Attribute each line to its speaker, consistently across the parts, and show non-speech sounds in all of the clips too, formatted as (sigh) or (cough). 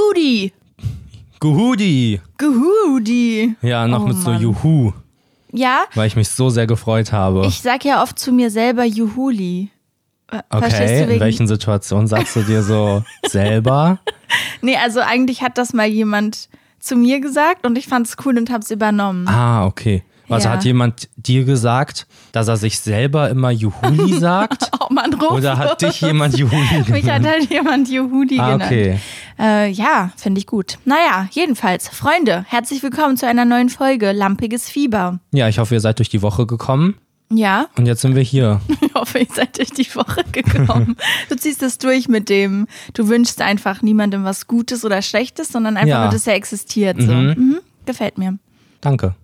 Speaker 1: Guhudi.
Speaker 2: Guhudi.
Speaker 1: Guhudi.
Speaker 2: Ja, noch
Speaker 1: Oh
Speaker 2: mit so
Speaker 1: Mann.
Speaker 2: Juhu,
Speaker 1: Ja,
Speaker 2: weil ich mich so sehr gefreut habe.
Speaker 1: ich sag ja oft zu mir selber Juhuli. Äh, Verstehst
Speaker 2: okay,
Speaker 1: du
Speaker 2: in
Speaker 1: wegen?
Speaker 2: welchen Situationen sagst du
Speaker 1: (laughs)
Speaker 2: dir so selber?
Speaker 1: Nee, also eigentlich hat das mal jemand zu mir gesagt und ich fand's cool und hab's übernommen.
Speaker 2: Ah, okay. Also
Speaker 1: Ja.
Speaker 2: hat jemand dir gesagt, dass er sich selber
Speaker 1: (laughs)
Speaker 2: immer Juhuli sagt?
Speaker 1: Oh Mann, ruf.
Speaker 2: Oder hat dich jemand Juhuli
Speaker 1: (laughs) Mich hat
Speaker 2: genannt?
Speaker 1: halt jemand Juhudi
Speaker 2: Ah,
Speaker 1: genannt.
Speaker 2: okay.
Speaker 1: Äh, ja, finde ich gut. Naja, jedenfalls, Freunde, herzlich willkommen zu einer neuen Folge Lampiges Fieber.
Speaker 2: Ja, ich hoffe, ihr seid durch die Woche gekommen.
Speaker 1: Ja,
Speaker 2: Und jetzt sind wir hier.
Speaker 1: ich (laughs) hoffe, ihr seid durch die Woche
Speaker 2: (laughs)
Speaker 1: gekommen. du ziehst das durch mit dem, du wünschst einfach niemandem was Gutes oder Schlechtes, sondern einfach
Speaker 2: Ja.
Speaker 1: nur, dass er existiert. So. Mhm. Gefällt mir.
Speaker 2: Danke.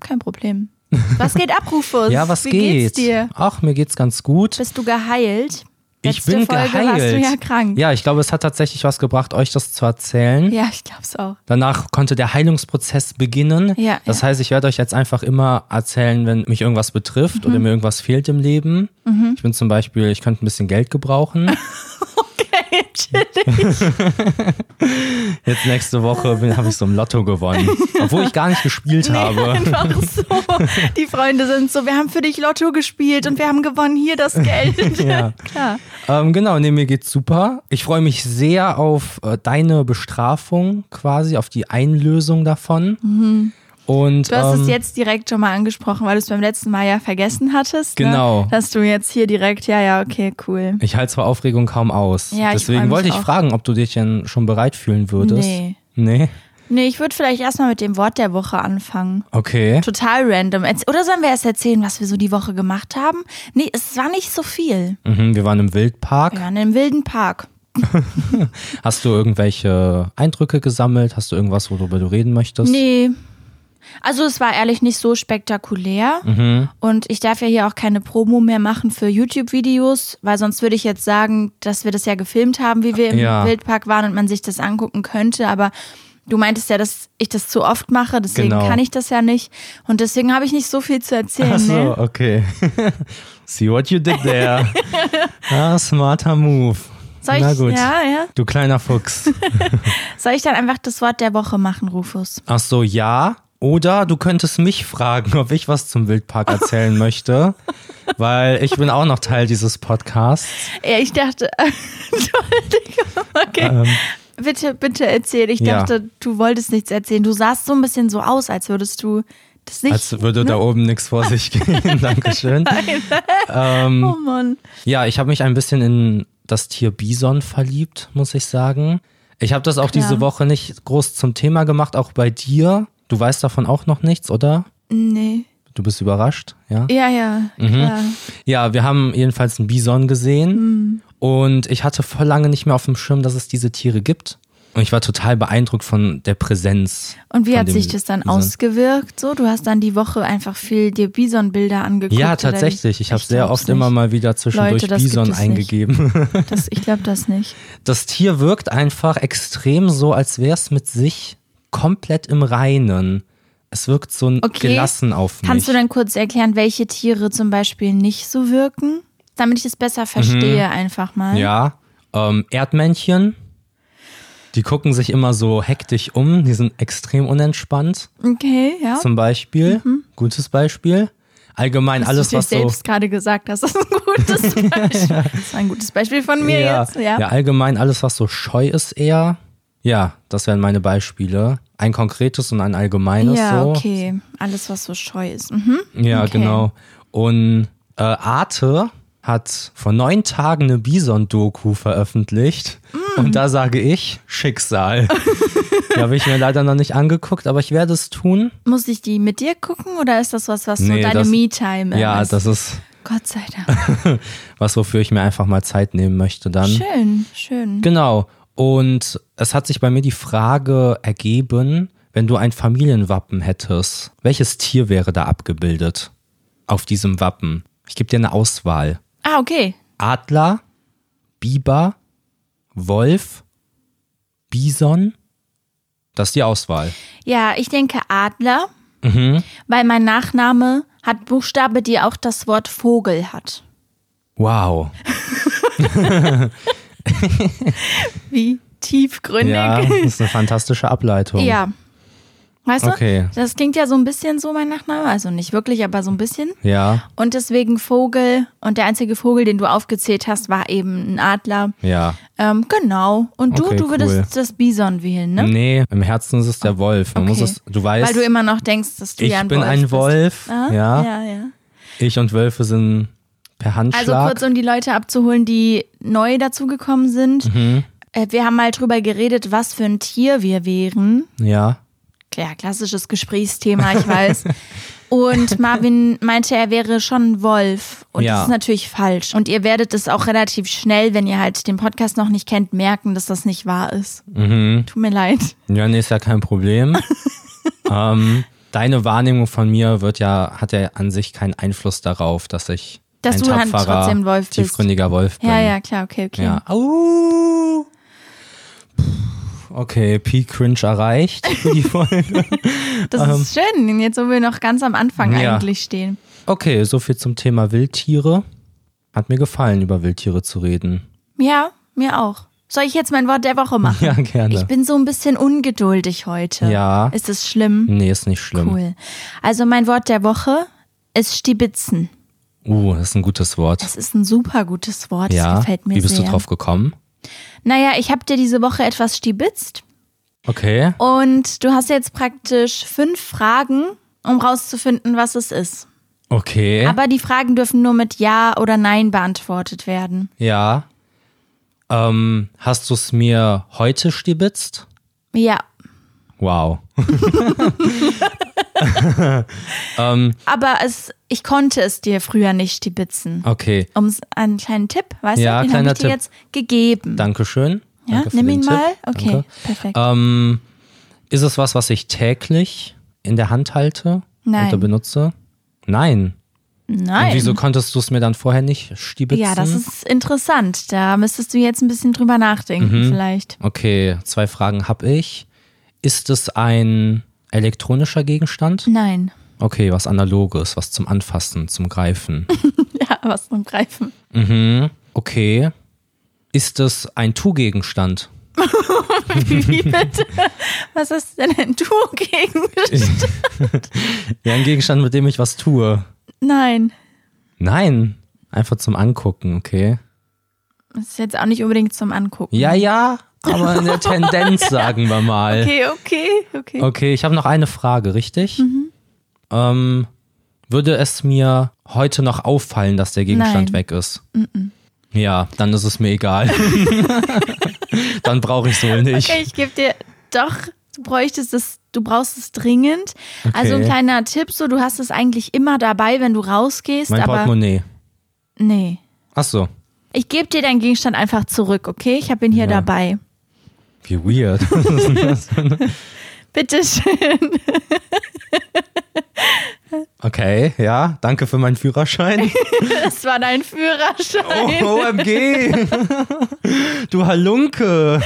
Speaker 1: Kein Problem. Was geht ab, Rufus?
Speaker 2: (laughs) Ja, was
Speaker 1: Also, Wie geht's
Speaker 2: geht?
Speaker 1: dir?
Speaker 2: Ach, mir geht's ganz gut.
Speaker 1: Bist du geheilt?
Speaker 2: Ich bin
Speaker 1: Folge
Speaker 2: geheilt.
Speaker 1: warst du ja krank.
Speaker 2: Ja, ich glaube, es hat tatsächlich was gebracht, euch das zu erzählen.
Speaker 1: Ja, ich glaub's auch. (laughs)
Speaker 2: Danach konnte der Heilungsprozess beginnen.
Speaker 1: Ja,
Speaker 2: das
Speaker 1: ja.
Speaker 2: heißt, ich werde euch jetzt einfach immer erzählen, wenn mich irgendwas betrifft
Speaker 1: Mhm.
Speaker 2: oder mir irgendwas fehlt im Leben. Ich bin zum Beispiel, ich könnte ein bisschen
Speaker 1: (laughs)
Speaker 2: Geld gebrauchen. Jetzt nächste Woche habe ich so im Lotto gewonnen,
Speaker 1: (laughs)
Speaker 2: obwohl ich gar nicht gespielt habe.
Speaker 1: Einfach so. Die Freunde sind so, wir haben für dich Lotto gespielt und wir haben gewonnen hier
Speaker 2: (laughs)
Speaker 1: das Geld.
Speaker 2: Ja.
Speaker 1: Klar.
Speaker 2: Ähm, genau, nee, mir geht's super. Ich freue mich sehr auf äh, deine Bestrafung quasi, auf die Einlösung davon. Und
Speaker 1: Mhm. Du hast
Speaker 2: ähm,
Speaker 1: es jetzt direkt schon mal angesprochen, weil du es beim letzten Mal ja vergessen hattest.
Speaker 2: Genau.
Speaker 1: Ne? Dass du jetzt hier direkt, ja, ja, okay, cool.
Speaker 2: ich halte vor Aufregung kaum aus.
Speaker 1: Ja, ich freu
Speaker 2: Deswegen
Speaker 1: mich
Speaker 2: wollte ich
Speaker 1: auch.
Speaker 2: fragen, ob du dich denn schon bereit fühlen würdest.
Speaker 1: Nee.
Speaker 2: Nee?
Speaker 1: Nee, ich würde vielleicht erstmal mit dem Wort der Woche anfangen.
Speaker 2: Okay.
Speaker 1: Total random. Erz- Oder sollen wir erst erzählen, was wir so die Woche gemacht haben? Nee, es war nicht so viel.
Speaker 2: Mhm, wir waren im Wildpark.
Speaker 1: Wir waren im wilden Park.
Speaker 2: Hast du irgendwelche Eindrücke gesammelt? Hast du irgendwas, worüber du reden möchtest?
Speaker 1: Nee. Also es war ehrlich nicht so spektakulär.
Speaker 2: Mhm.
Speaker 1: Und ich darf ja hier auch keine Promo mehr machen für YouTube-Videos, weil sonst würde ich jetzt sagen, dass wir das ja gefilmt haben, wie wir im
Speaker 2: Ja.
Speaker 1: Wildpark waren und man sich das angucken könnte. Aber du meintest ja, dass ich das zu oft mache, deswegen
Speaker 2: Genau.
Speaker 1: kann ich das ja nicht. Und deswegen habe ich nicht so viel zu erzählen.
Speaker 2: Ach
Speaker 1: ne?
Speaker 2: so, okay. (laughs) See what you did there.
Speaker 1: (laughs)
Speaker 2: ah, smarter Move.
Speaker 1: Soll ich,
Speaker 2: Na gut.
Speaker 1: Ja, ja.
Speaker 2: Du kleiner Fuchs.
Speaker 1: Soll ich dann einfach das Wort der Woche machen, Rufus?
Speaker 2: Ach so, ja. Oder du könntest mich fragen, ob ich was zum Wildpark erzählen möchte, weil ich bin auch noch Teil dieses Podcasts.
Speaker 1: Ja, ich dachte. (laughs) Entschuldigung, okay. bitte, bitte erzähl. Ich
Speaker 2: Ähm. Ja.
Speaker 1: dachte, du wolltest nichts erzählen. Du sahst so ein bisschen so aus, als würdest du das nicht.
Speaker 2: Als würde
Speaker 1: Ne?
Speaker 2: da oben nichts vor sich gehen. (laughs) Dankeschön. ähm,
Speaker 1: oh Mann.
Speaker 2: Ja, ich habe mich ein bisschen in das Tier Bison verliebt, muss ich sagen. Ich habe das auch
Speaker 1: Klar.
Speaker 2: diese Woche nicht groß zum Thema gemacht, auch bei dir. Du weißt davon auch noch nichts, oder?
Speaker 1: Nee.
Speaker 2: Du bist überrascht, ja?
Speaker 1: Ja, ja.
Speaker 2: Mhm.
Speaker 1: Klar.
Speaker 2: Ja, wir haben jedenfalls einen Bison gesehen
Speaker 1: Hm.
Speaker 2: und ich hatte voll lange nicht mehr auf dem Schirm, dass es diese Tiere gibt. Und ich war total beeindruckt von der Präsenz.
Speaker 1: Und wie
Speaker 2: von
Speaker 1: hat
Speaker 2: dem
Speaker 1: sich das dann
Speaker 2: Bison.
Speaker 1: ausgewirkt? So, du hast dann die Woche einfach viel dir Bison-Bilder angeguckt.
Speaker 2: Ja,
Speaker 1: oder wie?
Speaker 2: tatsächlich. Ich habe sehr
Speaker 1: glaub's
Speaker 2: oft
Speaker 1: nicht.
Speaker 2: immer mal wieder zwischendurch
Speaker 1: Leute, das gibt
Speaker 2: Bison
Speaker 1: es nicht.
Speaker 2: eingegeben.
Speaker 1: Das, ich glaube das
Speaker 2: (laughs)
Speaker 1: nicht.
Speaker 2: Das Tier wirkt einfach extrem so, als wäre es mit sich komplett im Reinen. Es wirkt so
Speaker 1: Okay.
Speaker 2: gelassen auf mich.
Speaker 1: Kannst du dann kurz erklären, welche Tiere zum Beispiel nicht so wirken? Damit ich es besser verstehe, einfach mal.
Speaker 2: Mhm. Ja, ähm, Erdmännchen. Die gucken sich immer so hektisch um. Die sind extrem unentspannt.
Speaker 1: Okay, ja.
Speaker 2: Zum Beispiel. Gutes Beispiel. Allgemein alles,
Speaker 1: Mhm. du dir
Speaker 2: was so.
Speaker 1: selbst gerade gesagt hast, (laughs) das ist ein gutes
Speaker 2: (laughs)
Speaker 1: Beispiel. Das war ein gutes Beispiel von mir
Speaker 2: ja,
Speaker 1: jetzt. Ja.
Speaker 2: ja, allgemein alles, was so scheu ist eher. Ja, das wären meine Beispiele. Ein konkretes und ein allgemeines.
Speaker 1: Ja,
Speaker 2: so.
Speaker 1: okay. Alles, was so scheu ist. Mhm.
Speaker 2: Ja,
Speaker 1: Okay.
Speaker 2: genau. Und äh, Arte hat vor neun Tagen eine Bison-Doku veröffentlicht.
Speaker 1: Mm.
Speaker 2: Und da sage ich
Speaker 1: (laughs)
Speaker 2: Schicksal. die habe ich mir leider noch nicht angeguckt, aber ich werde es tun.
Speaker 1: Muss ich die mit dir gucken oder ist das was, was so
Speaker 2: Nee,
Speaker 1: deine
Speaker 2: das-
Speaker 1: Me-Time
Speaker 2: Ja,
Speaker 1: ist?
Speaker 2: das ist
Speaker 1: Gott sei Dank.
Speaker 2: was, wofür ich mir einfach mal Zeit nehmen möchte dann.
Speaker 1: Schön, schön.
Speaker 2: Genau. Und es hat sich bei mir die Frage ergeben, wenn du ein Familienwappen hättest, welches Tier wäre da abgebildet auf diesem Wappen? Ich gebe dir eine Auswahl.
Speaker 1: Ah, okay.
Speaker 2: Adler, Biber, Wolf, Bison. Das ist die Auswahl.
Speaker 1: Ja, ich denke Adler,
Speaker 2: Mhm.
Speaker 1: weil mein Nachname hat Buchstabe, die auch das Wort Vogel hat. (laughs)
Speaker 2: Wow.
Speaker 1: Wie tiefgründig.
Speaker 2: Ja, das ist eine fantastische Ableitung.
Speaker 1: Ja. Weißt
Speaker 2: Okay.
Speaker 1: du? Das klingt ja so ein bisschen so mein Nachname, also nicht wirklich, aber so ein bisschen.
Speaker 2: Ja,
Speaker 1: Und deswegen Vogel und der einzige Vogel, den du aufgezählt hast, war eben ein Adler.
Speaker 2: ja.
Speaker 1: Ähm, genau. Und du,
Speaker 2: Okay,
Speaker 1: du würdest
Speaker 2: cool.
Speaker 1: das Bison wählen, ne?
Speaker 2: Nee, im Herzen ist es der Wolf. Man muss
Speaker 1: Okay.
Speaker 2: es, du weißt,
Speaker 1: Weil du immer noch denkst, dass du
Speaker 2: ich
Speaker 1: ja ein
Speaker 2: bin
Speaker 1: Wolf
Speaker 2: ein
Speaker 1: bist.
Speaker 2: Wolf.
Speaker 1: Ah,
Speaker 2: Ja.
Speaker 1: ja, ja.
Speaker 2: Ich und Wölfe sind per
Speaker 1: Also
Speaker 2: Handschlag.
Speaker 1: kurz, um die Leute abzuholen, die neu dazugekommen sind.
Speaker 2: Mhm.
Speaker 1: Äh, Wir haben mal drüber geredet, was für ein Tier wir wären.
Speaker 2: ja.
Speaker 1: Ja, klassisches Gesprächsthema, ich
Speaker 2: (laughs)
Speaker 1: weiß. Und Marvin meinte, er wäre schon ein Wolf. Und
Speaker 2: Ja.
Speaker 1: das ist natürlich falsch. Und ihr werdet es auch relativ schnell, wenn ihr halt den Podcast noch nicht kennt, merken, dass das nicht wahr ist.
Speaker 2: Mhm.
Speaker 1: Tut mir leid.
Speaker 2: Ja, nee, ist ja kein
Speaker 1: (laughs)
Speaker 2: Problem. ähm, deine Wahrnehmung von mir wird ja, hat ja an sich keinen Einfluss darauf, dass ich
Speaker 1: Dass
Speaker 2: ein
Speaker 1: du halt
Speaker 2: tapferer,
Speaker 1: trotzdem Wolf bist.
Speaker 2: tiefgründiger Wolf bin.
Speaker 1: Ja, ja, klar, okay, okay.
Speaker 2: Ja. Au. Puh, Okay, Peak Cringe erreicht
Speaker 1: (laughs)
Speaker 2: für die Folge.
Speaker 1: Das ist schön, denn jetzt, wo wir noch ganz am Anfang
Speaker 2: Ähm. Ja.
Speaker 1: eigentlich stehen.
Speaker 2: Okay, so viel zum Thema Wildtiere. Hat mir gefallen, über Wildtiere zu reden. (laughs)
Speaker 1: Ja, mir auch. Soll ich jetzt mein Wort der Woche machen?
Speaker 2: Ja, gerne.
Speaker 1: Ich bin so ein bisschen ungeduldig heute.
Speaker 2: Ja. Hm.
Speaker 1: Ist es schlimm?
Speaker 2: Nee, ist nicht schlimm.
Speaker 1: Cool. Also mein Wort der Woche ist Stibitzen.
Speaker 2: Uh, das ist ein gutes Wort.
Speaker 1: Das ist ein super gutes Wort.
Speaker 2: ja.
Speaker 1: Das gefällt mir
Speaker 2: Wie bist
Speaker 1: sehr.
Speaker 2: du drauf gekommen?
Speaker 1: Naja, ich habe dir diese Woche etwas stibitzt
Speaker 2: Okay.
Speaker 1: und du hast jetzt praktisch fünf Fragen, um rauszufinden, was es ist.
Speaker 2: Okay.
Speaker 1: Aber die Fragen dürfen nur mit Ja oder Nein beantwortet werden.
Speaker 2: ja. Ähm, hast du es mir heute stibitzt?
Speaker 1: Ja.
Speaker 2: Wow.
Speaker 1: Aber es, ich konnte es dir früher nicht stibitzen.
Speaker 2: Okay.
Speaker 1: (laughs) Um einen kleinen Tipp, weißt
Speaker 2: Ah. Ja,
Speaker 1: du, den
Speaker 2: kleiner
Speaker 1: ich dir
Speaker 2: Tipp.
Speaker 1: jetzt gegeben.
Speaker 2: Dankeschön.
Speaker 1: Ja,
Speaker 2: Danke für
Speaker 1: nimm
Speaker 2: den
Speaker 1: ihn
Speaker 2: Tipp.
Speaker 1: mal. Okay,
Speaker 2: Danke.
Speaker 1: perfekt.
Speaker 2: Ähm, ist es was, was ich täglich in der Hand halte
Speaker 1: Nein.
Speaker 2: oder benutze? Nein.
Speaker 1: Nein.
Speaker 2: Und wieso konntest du es mir dann vorher nicht stibitzen?
Speaker 1: Ja, das ist interessant. Da müsstest du jetzt ein bisschen drüber nachdenken,
Speaker 2: Mhm.
Speaker 1: vielleicht.
Speaker 2: Okay, zwei Fragen habe ich. Ist es ein elektronischer Gegenstand?
Speaker 1: Nein.
Speaker 2: Okay, was analoges, was zum Anfassen, zum Greifen.
Speaker 1: Ja, (laughs) was zum Greifen.
Speaker 2: Mhm. Okay. Ist es
Speaker 1: (laughs)
Speaker 2: ein Tu-Gegenstand?
Speaker 1: Wie bitte? Was ist denn ein Du gegen
Speaker 2: Ja, ein Gegenstand, mit dem ich was tue.
Speaker 1: Nein.
Speaker 2: Nein, einfach zum Angucken, okay?
Speaker 1: Das ist jetzt auch nicht unbedingt zum Angucken.
Speaker 2: Ja, ja, aber in
Speaker 1: (laughs)
Speaker 2: der Tendenz, sagen wir mal. Okay,
Speaker 1: Okay, okay, okay.
Speaker 2: ich habe noch eine Frage, richtig?
Speaker 1: Mhm.
Speaker 2: Ähm, würde es mir heute noch auffallen, dass der
Speaker 1: Nein.
Speaker 2: Gegenstand weg ist? Ja, dann ist es
Speaker 1: (laughs)
Speaker 2: mir egal. dann brauche ich wohl nicht.
Speaker 1: Okay, ich gebe dir doch, du bräuchtest es, du brauchst es dringend. Also ein
Speaker 2: Okay.
Speaker 1: kleiner Tipp, so du hast es eigentlich immer dabei, wenn du rausgehst,
Speaker 2: mein
Speaker 1: aber
Speaker 2: Portemonnaie.
Speaker 1: nee.
Speaker 2: Ach so,
Speaker 1: Ich gebe dir deinen Gegenstand einfach zurück, okay? Ich habe ihn hier
Speaker 2: Ja.
Speaker 1: dabei.
Speaker 2: wie weird.
Speaker 1: Bitte schön. (laughs)
Speaker 2: Okay, ja, danke für meinen
Speaker 1: (laughs)
Speaker 2: Führerschein.
Speaker 1: Das war dein
Speaker 2: Oh.
Speaker 1: Führerschein.
Speaker 2: OMG! Du Halunke!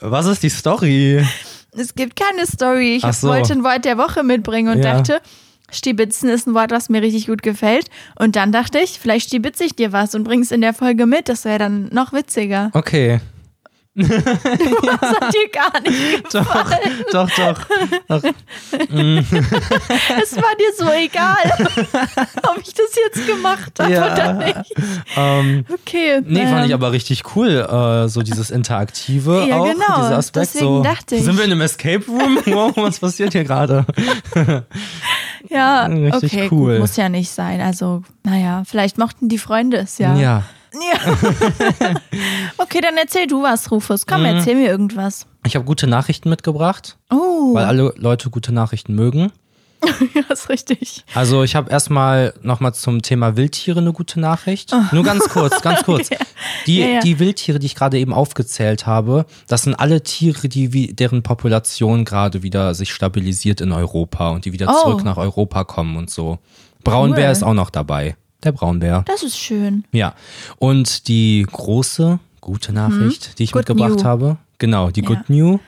Speaker 2: Was ist die Story?
Speaker 1: Es gibt keine Story. Ich
Speaker 2: Ach so.
Speaker 1: wollte ein Wort der Woche mitbringen und
Speaker 2: Ja.
Speaker 1: dachte, Stibitzen ist ein Wort, was mir richtig gut gefällt. Und dann dachte ich, vielleicht stibitze ich dir was und bring's in der Folge mit. Das wäre dann noch witziger.
Speaker 2: Okay.
Speaker 1: Das hat dir gar nicht gefallen.
Speaker 2: Doch, doch, doch.
Speaker 1: Es war dir so
Speaker 2: (laughs)
Speaker 1: egal, ob ich das jetzt gemacht habe
Speaker 2: Ja.
Speaker 1: oder nicht.
Speaker 2: Ähm,
Speaker 1: Okay.
Speaker 2: nee, fand ich
Speaker 1: ähm,
Speaker 2: aber richtig cool, äh, so dieses Interaktive
Speaker 1: Ja,
Speaker 2: auch,
Speaker 1: genau,
Speaker 2: dieser Aspekt.
Speaker 1: deswegen
Speaker 2: so,
Speaker 1: dachte ich.
Speaker 2: Sind wir in einem Escape Room? (laughs) Wow, was passiert hier gerade?
Speaker 1: Ja,
Speaker 2: richtig
Speaker 1: okay,
Speaker 2: cool.
Speaker 1: gut, muss ja nicht sein. Also, naja, vielleicht mochten die Freunde es ja.
Speaker 2: ja.
Speaker 1: (laughs) Ja. okay, dann erzähl du was, Rufus.
Speaker 2: Mhm.
Speaker 1: Komm, erzähl mir irgendwas.
Speaker 2: Ich habe gute Nachrichten mitgebracht,
Speaker 1: Oh,
Speaker 2: weil alle Leute gute Nachrichten mögen.
Speaker 1: (laughs) ja, ist richtig.
Speaker 2: Also ich habe erstmal nochmal zum Thema Wildtiere eine gute Nachricht. Nur ganz kurz,
Speaker 1: (laughs)
Speaker 2: ganz kurz. Die,
Speaker 1: Oh. Ja, ja.
Speaker 2: die Wildtiere, die ich gerade eben aufgezählt habe, das sind alle Tiere, die wie, deren Population gerade wieder sich stabilisiert in Europa und die wieder
Speaker 1: Oh.
Speaker 2: zurück nach Europa kommen und so. Braunbär
Speaker 1: Cool.
Speaker 2: ist auch noch dabei. Der Braunbär.
Speaker 1: Das ist schön.
Speaker 2: Ja. Und die große gute Nachricht, die ich
Speaker 1: Mhm. Good
Speaker 2: mitgebracht
Speaker 1: New.
Speaker 2: habe, genau, die Good New.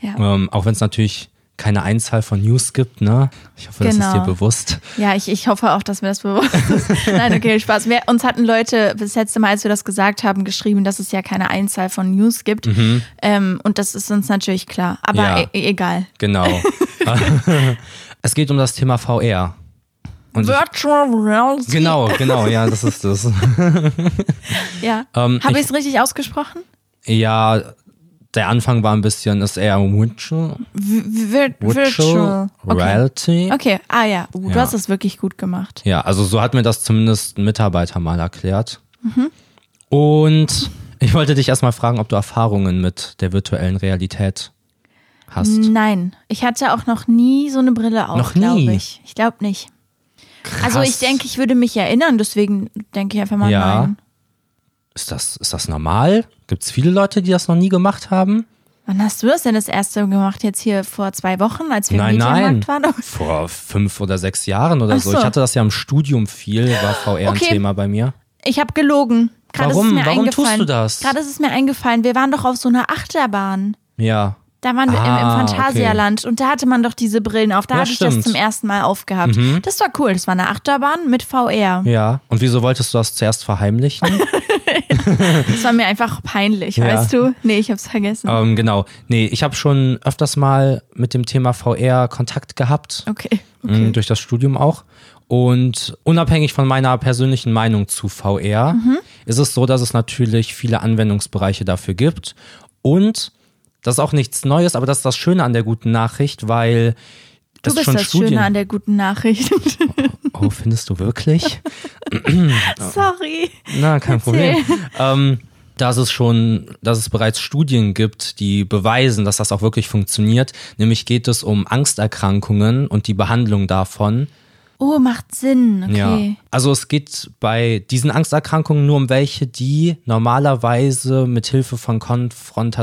Speaker 1: Ja.
Speaker 2: Ähm, auch wenn es natürlich keine Einzahl von News gibt, ne? Ich hoffe, das ist dir
Speaker 1: Genau.
Speaker 2: bewusst.
Speaker 1: Ja, ich, ich hoffe auch, dass mir das bewusst
Speaker 2: (laughs)
Speaker 1: ist. Nein, okay, Spaß. Wir, uns hatten Leute das letzte Mal, als wir das gesagt haben, geschrieben, dass es ja keine Einzahl von News gibt. Ähm, und das ist uns natürlich klar. Aber
Speaker 2: Mhm. Ja.
Speaker 1: e e- egal. (laughs)
Speaker 2: Genau. es geht um das Thema VR. Und ich,
Speaker 1: Virtual Reality.
Speaker 2: genau, genau, ja, das ist das.
Speaker 1: Ja.
Speaker 2: Ähm,
Speaker 1: Habe
Speaker 2: ich-
Speaker 1: ich es richtig ausgesprochen?
Speaker 2: Ja, der Anfang war ein bisschen, ist eher Virtual,
Speaker 1: Vi- vi-
Speaker 2: Virtual
Speaker 1: Okay.
Speaker 2: Reality.
Speaker 1: okay, ah ja. Uh, Du
Speaker 2: Ja.
Speaker 1: hast es wirklich gut gemacht.
Speaker 2: Ja, also so hat mir das zumindest ein Mitarbeiter mal erklärt.
Speaker 1: Mhm.
Speaker 2: Und ich wollte dich erstmal fragen, ob du Erfahrungen mit der virtuellen Realität hast.
Speaker 1: Hm. Nein, ich hatte auch noch nie so eine Brille
Speaker 2: Noch
Speaker 1: auf,
Speaker 2: nie?
Speaker 1: glaube ich. Ich glaube nicht. Also ich
Speaker 2: Krass.
Speaker 1: denke, ich würde mich erinnern, deswegen denke ich einfach mal
Speaker 2: Ja.
Speaker 1: nein.
Speaker 2: Ist das, ist das normal? Gibt es viele Leute, die das noch nie gemacht haben?
Speaker 1: Wann hast du das denn das erste gemacht? Jetzt hier vor zwei Wochen, als wir
Speaker 2: Nein,
Speaker 1: im
Speaker 2: nein.
Speaker 1: Medienmarkt waren? (laughs)
Speaker 2: Vor fünf oder sechs Jahren oder
Speaker 1: Ach
Speaker 2: so.
Speaker 1: so.
Speaker 2: Ich hatte das ja im Studium viel, war VR ein
Speaker 1: Okay.
Speaker 2: Thema bei mir.
Speaker 1: Ich habe gelogen. Gerade
Speaker 2: Warum?
Speaker 1: Ist es mir
Speaker 2: Warum tust
Speaker 1: eingefallen.
Speaker 2: du das?
Speaker 1: Gerade ist es mir eingefallen. Wir waren doch auf so einer Achterbahn.
Speaker 2: Ja.
Speaker 1: Da waren wir im,
Speaker 2: Ah,
Speaker 1: im Phantasialand und da hatte man doch diese Brillen auf. Da
Speaker 2: Ja,
Speaker 1: hatte ich
Speaker 2: stimmt. Mhm.
Speaker 1: das zum ersten Mal aufgehabt. Das war cool. Das war eine Achterbahn mit VR.
Speaker 2: Ja. Und wieso wolltest du das zuerst verheimlichen?
Speaker 1: (laughs) Das war mir einfach peinlich,
Speaker 2: Ja.
Speaker 1: weißt du? Nee, ich hab's vergessen.
Speaker 2: ähm, genau. Nee, ich habe schon öfters mal mit dem Thema VR Kontakt gehabt.
Speaker 1: Oh, Okay.
Speaker 2: Mm, durch das Studium auch. Und unabhängig von meiner persönlichen Meinung zu VR,
Speaker 1: Mhm.
Speaker 2: ist es so, dass es natürlich viele Anwendungsbereiche dafür gibt. Und das ist auch nichts Neues, aber das ist das Schöne an der guten Nachricht, weil
Speaker 1: Du
Speaker 2: es
Speaker 1: bist
Speaker 2: schon
Speaker 1: das
Speaker 2: Studien.
Speaker 1: Schöne an der guten Nachricht. (laughs)
Speaker 2: oh, findest du wirklich?
Speaker 1: Sorry.
Speaker 2: Na, kein (laughs)
Speaker 1: Erzähl.
Speaker 2: Problem. Ähm, dass es schon, dass es bereits Studien gibt, die beweisen, dass das auch wirklich funktioniert. Nämlich geht es um Angsterkrankungen und die Behandlung davon.
Speaker 1: Oh, macht Sinn. Okay.
Speaker 2: Ja. Also es geht bei diesen Angsterkrankungen nur um welche, die normalerweise mit Hilfe von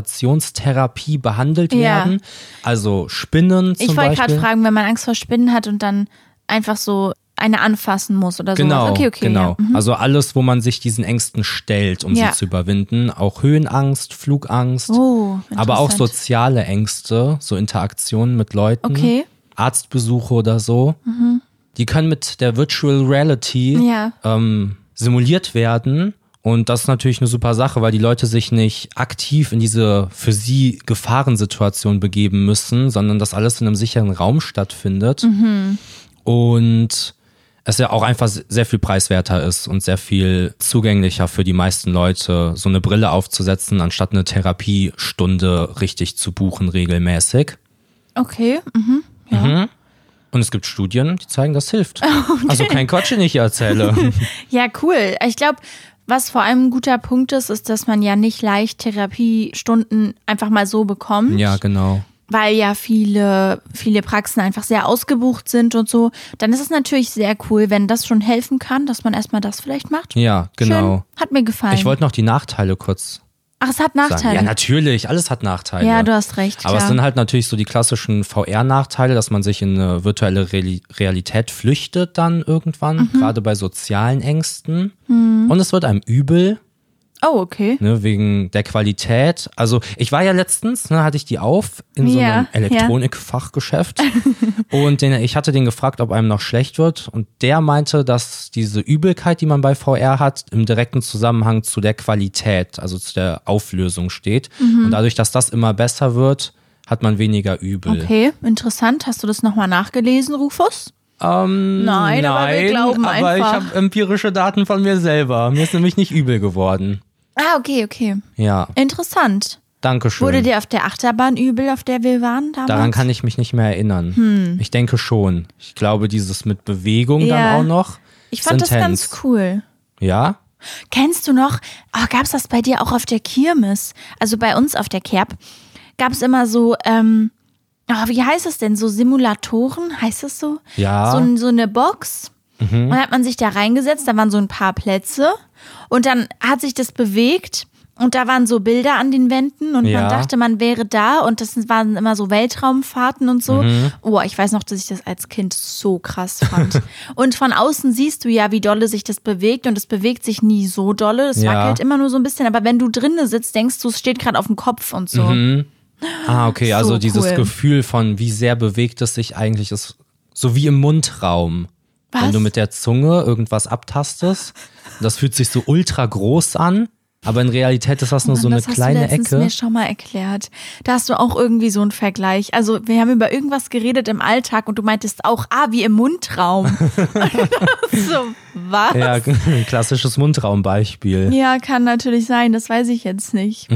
Speaker 2: Konfrontationstherapie behandelt
Speaker 1: Ja.
Speaker 2: werden. Also Spinnen zum
Speaker 1: Ich wollte gerade
Speaker 2: Beispiel.
Speaker 1: fragen, wenn man Angst vor Spinnen hat und dann einfach so eine anfassen muss oder so.
Speaker 2: Genau,
Speaker 1: Okay, okay.
Speaker 2: genau.
Speaker 1: Ja. Mhm.
Speaker 2: Also alles, wo man sich diesen Ängsten stellt, um
Speaker 1: Ja.
Speaker 2: sie zu überwinden. Auch Höhenangst, Flugangst,
Speaker 1: Oh,
Speaker 2: aber auch
Speaker 1: interessant.
Speaker 2: soziale Ängste, so Interaktionen mit Leuten,
Speaker 1: Okay.
Speaker 2: Arztbesuche oder so. Die können mit der Virtual Reality
Speaker 1: Ja.
Speaker 2: ähm, simuliert werden. Und das ist natürlich eine super Sache, weil die Leute sich nicht aktiv in diese für sie Gefahrensituation begeben müssen, sondern das alles in einem sicheren Raum stattfindet. Und es ja auch einfach sehr viel preiswerter ist und sehr viel zugänglicher für die meisten Leute, so eine Brille aufzusetzen, anstatt eine Therapiestunde richtig zu buchen regelmäßig.
Speaker 1: Okay. Mhm.
Speaker 2: Und es gibt Studien, die zeigen, das hilft. Also kein Quatsch, den ich hier erzähle.
Speaker 1: Ja, cool. Ich glaube, was vor allem ein guter Punkt ist, ist, dass man ja nicht leicht Therapiestunden einfach mal so bekommt,
Speaker 2: ja, genau.
Speaker 1: weil ja viele, viele Praxen einfach sehr ausgebucht sind und so. Dann ist es natürlich sehr cool, wenn das schon helfen kann, dass man erstmal das vielleicht macht.
Speaker 2: Ja, genau.
Speaker 1: Schön. Hat mir gefallen.
Speaker 2: Ich wollte noch die Nachteile kurz
Speaker 1: Ach, es hat
Speaker 2: sagen.
Speaker 1: Nachteile.
Speaker 2: Ja, natürlich, alles hat Nachteile.
Speaker 1: Ja, du hast recht,
Speaker 2: Aber es
Speaker 1: klar.
Speaker 2: sind halt natürlich so die klassischen VR-Nachteile, dass man sich in eine virtuelle Reali- Realität flüchtet dann irgendwann,
Speaker 1: Mhm.
Speaker 2: gerade bei sozialen Ängsten. Und es wird einem übel,
Speaker 1: oh, okay.
Speaker 2: ne, wegen der Qualität. Also ich war ja letztens, ne, hatte ich die auf in so
Speaker 1: Ja,
Speaker 2: einem
Speaker 1: ja. (laughs)
Speaker 2: Elektronikfachgeschäft und den, ich hatte den gefragt, ob einem noch schlecht wird und der meinte, dass diese Übelkeit, die man bei VR hat, im direkten Zusammenhang zu der Qualität, also zu der Auflösung steht
Speaker 1: Mhm.
Speaker 2: und dadurch, dass das immer besser wird, hat man weniger übel.
Speaker 1: Okay, interessant. Hast du das nochmal nachgelesen, Rufus?
Speaker 2: Ähm,
Speaker 1: Nein, aber wir glauben
Speaker 2: aber ich
Speaker 1: einfach.
Speaker 2: habe empirische Daten von mir selber. Mir ist nämlich nicht übel geworden.
Speaker 1: Ah, okay, okay.
Speaker 2: Ja,
Speaker 1: Interessant.
Speaker 2: Dankeschön.
Speaker 1: Wurde dir auf der Achterbahn übel, auf der wir waren damals?
Speaker 2: Daran kann ich mich nicht mehr erinnern. Ich denke schon. Ich glaube, dieses mit Bewegung
Speaker 1: Hm. Ja.
Speaker 2: dann auch noch.
Speaker 1: ich fand das ganz cool.
Speaker 2: cool. Ja?
Speaker 1: Kennst du noch, oh, gab es das bei dir auch auf der Kirmes? Also bei uns auf der Kerb gab es immer so, ähm, oh, wie heißt es denn, so Simulatoren, heißt das so?
Speaker 2: Ja. Mhm.
Speaker 1: So, ein- so eine Box. Und dann hat man sich da reingesetzt, da waren so ein paar Plätze und dann hat sich das bewegt und da waren so Bilder an den Wänden und
Speaker 2: Ja.
Speaker 1: man dachte, man wäre da und das waren immer so Weltraumfahrten und so.
Speaker 2: Mhm.
Speaker 1: Oh, ich weiß noch, dass ich das als Kind so krass fand.
Speaker 2: (laughs)
Speaker 1: und von außen siehst du ja, wie dolle sich das bewegt und es bewegt sich nie so dolle, es
Speaker 2: Ja.
Speaker 1: wackelt immer nur so ein bisschen, aber wenn du drinne sitzt, denkst du, es steht gerade auf dem Kopf und so.
Speaker 2: Ah, okay,
Speaker 1: So
Speaker 2: also dieses
Speaker 1: cool.
Speaker 2: Gefühl von, wie sehr bewegt es sich eigentlich, ist so wie im Mundraum. Wenn
Speaker 1: Was?
Speaker 2: du mit der Zunge
Speaker 1: (laughs)
Speaker 2: irgendwas abtastest, das fühlt sich so ultra groß an, aber in Realität ist das nur so
Speaker 1: Oh Mann,
Speaker 2: eine
Speaker 1: das hast du
Speaker 2: kleine
Speaker 1: letztens
Speaker 2: Ecke.
Speaker 1: mir schon mal erklärt. Da hast du auch irgendwie so einen Vergleich. Also wir haben über irgendwas geredet im Alltag und du meintest auch, ah, wie im
Speaker 2: (laughs)
Speaker 1: Mundraum. (laughs) so, was?
Speaker 2: Ja, (laughs) ein klassisches Mundraumbeispiel.
Speaker 1: Ja, kann natürlich sein, das weiß ich jetzt nicht.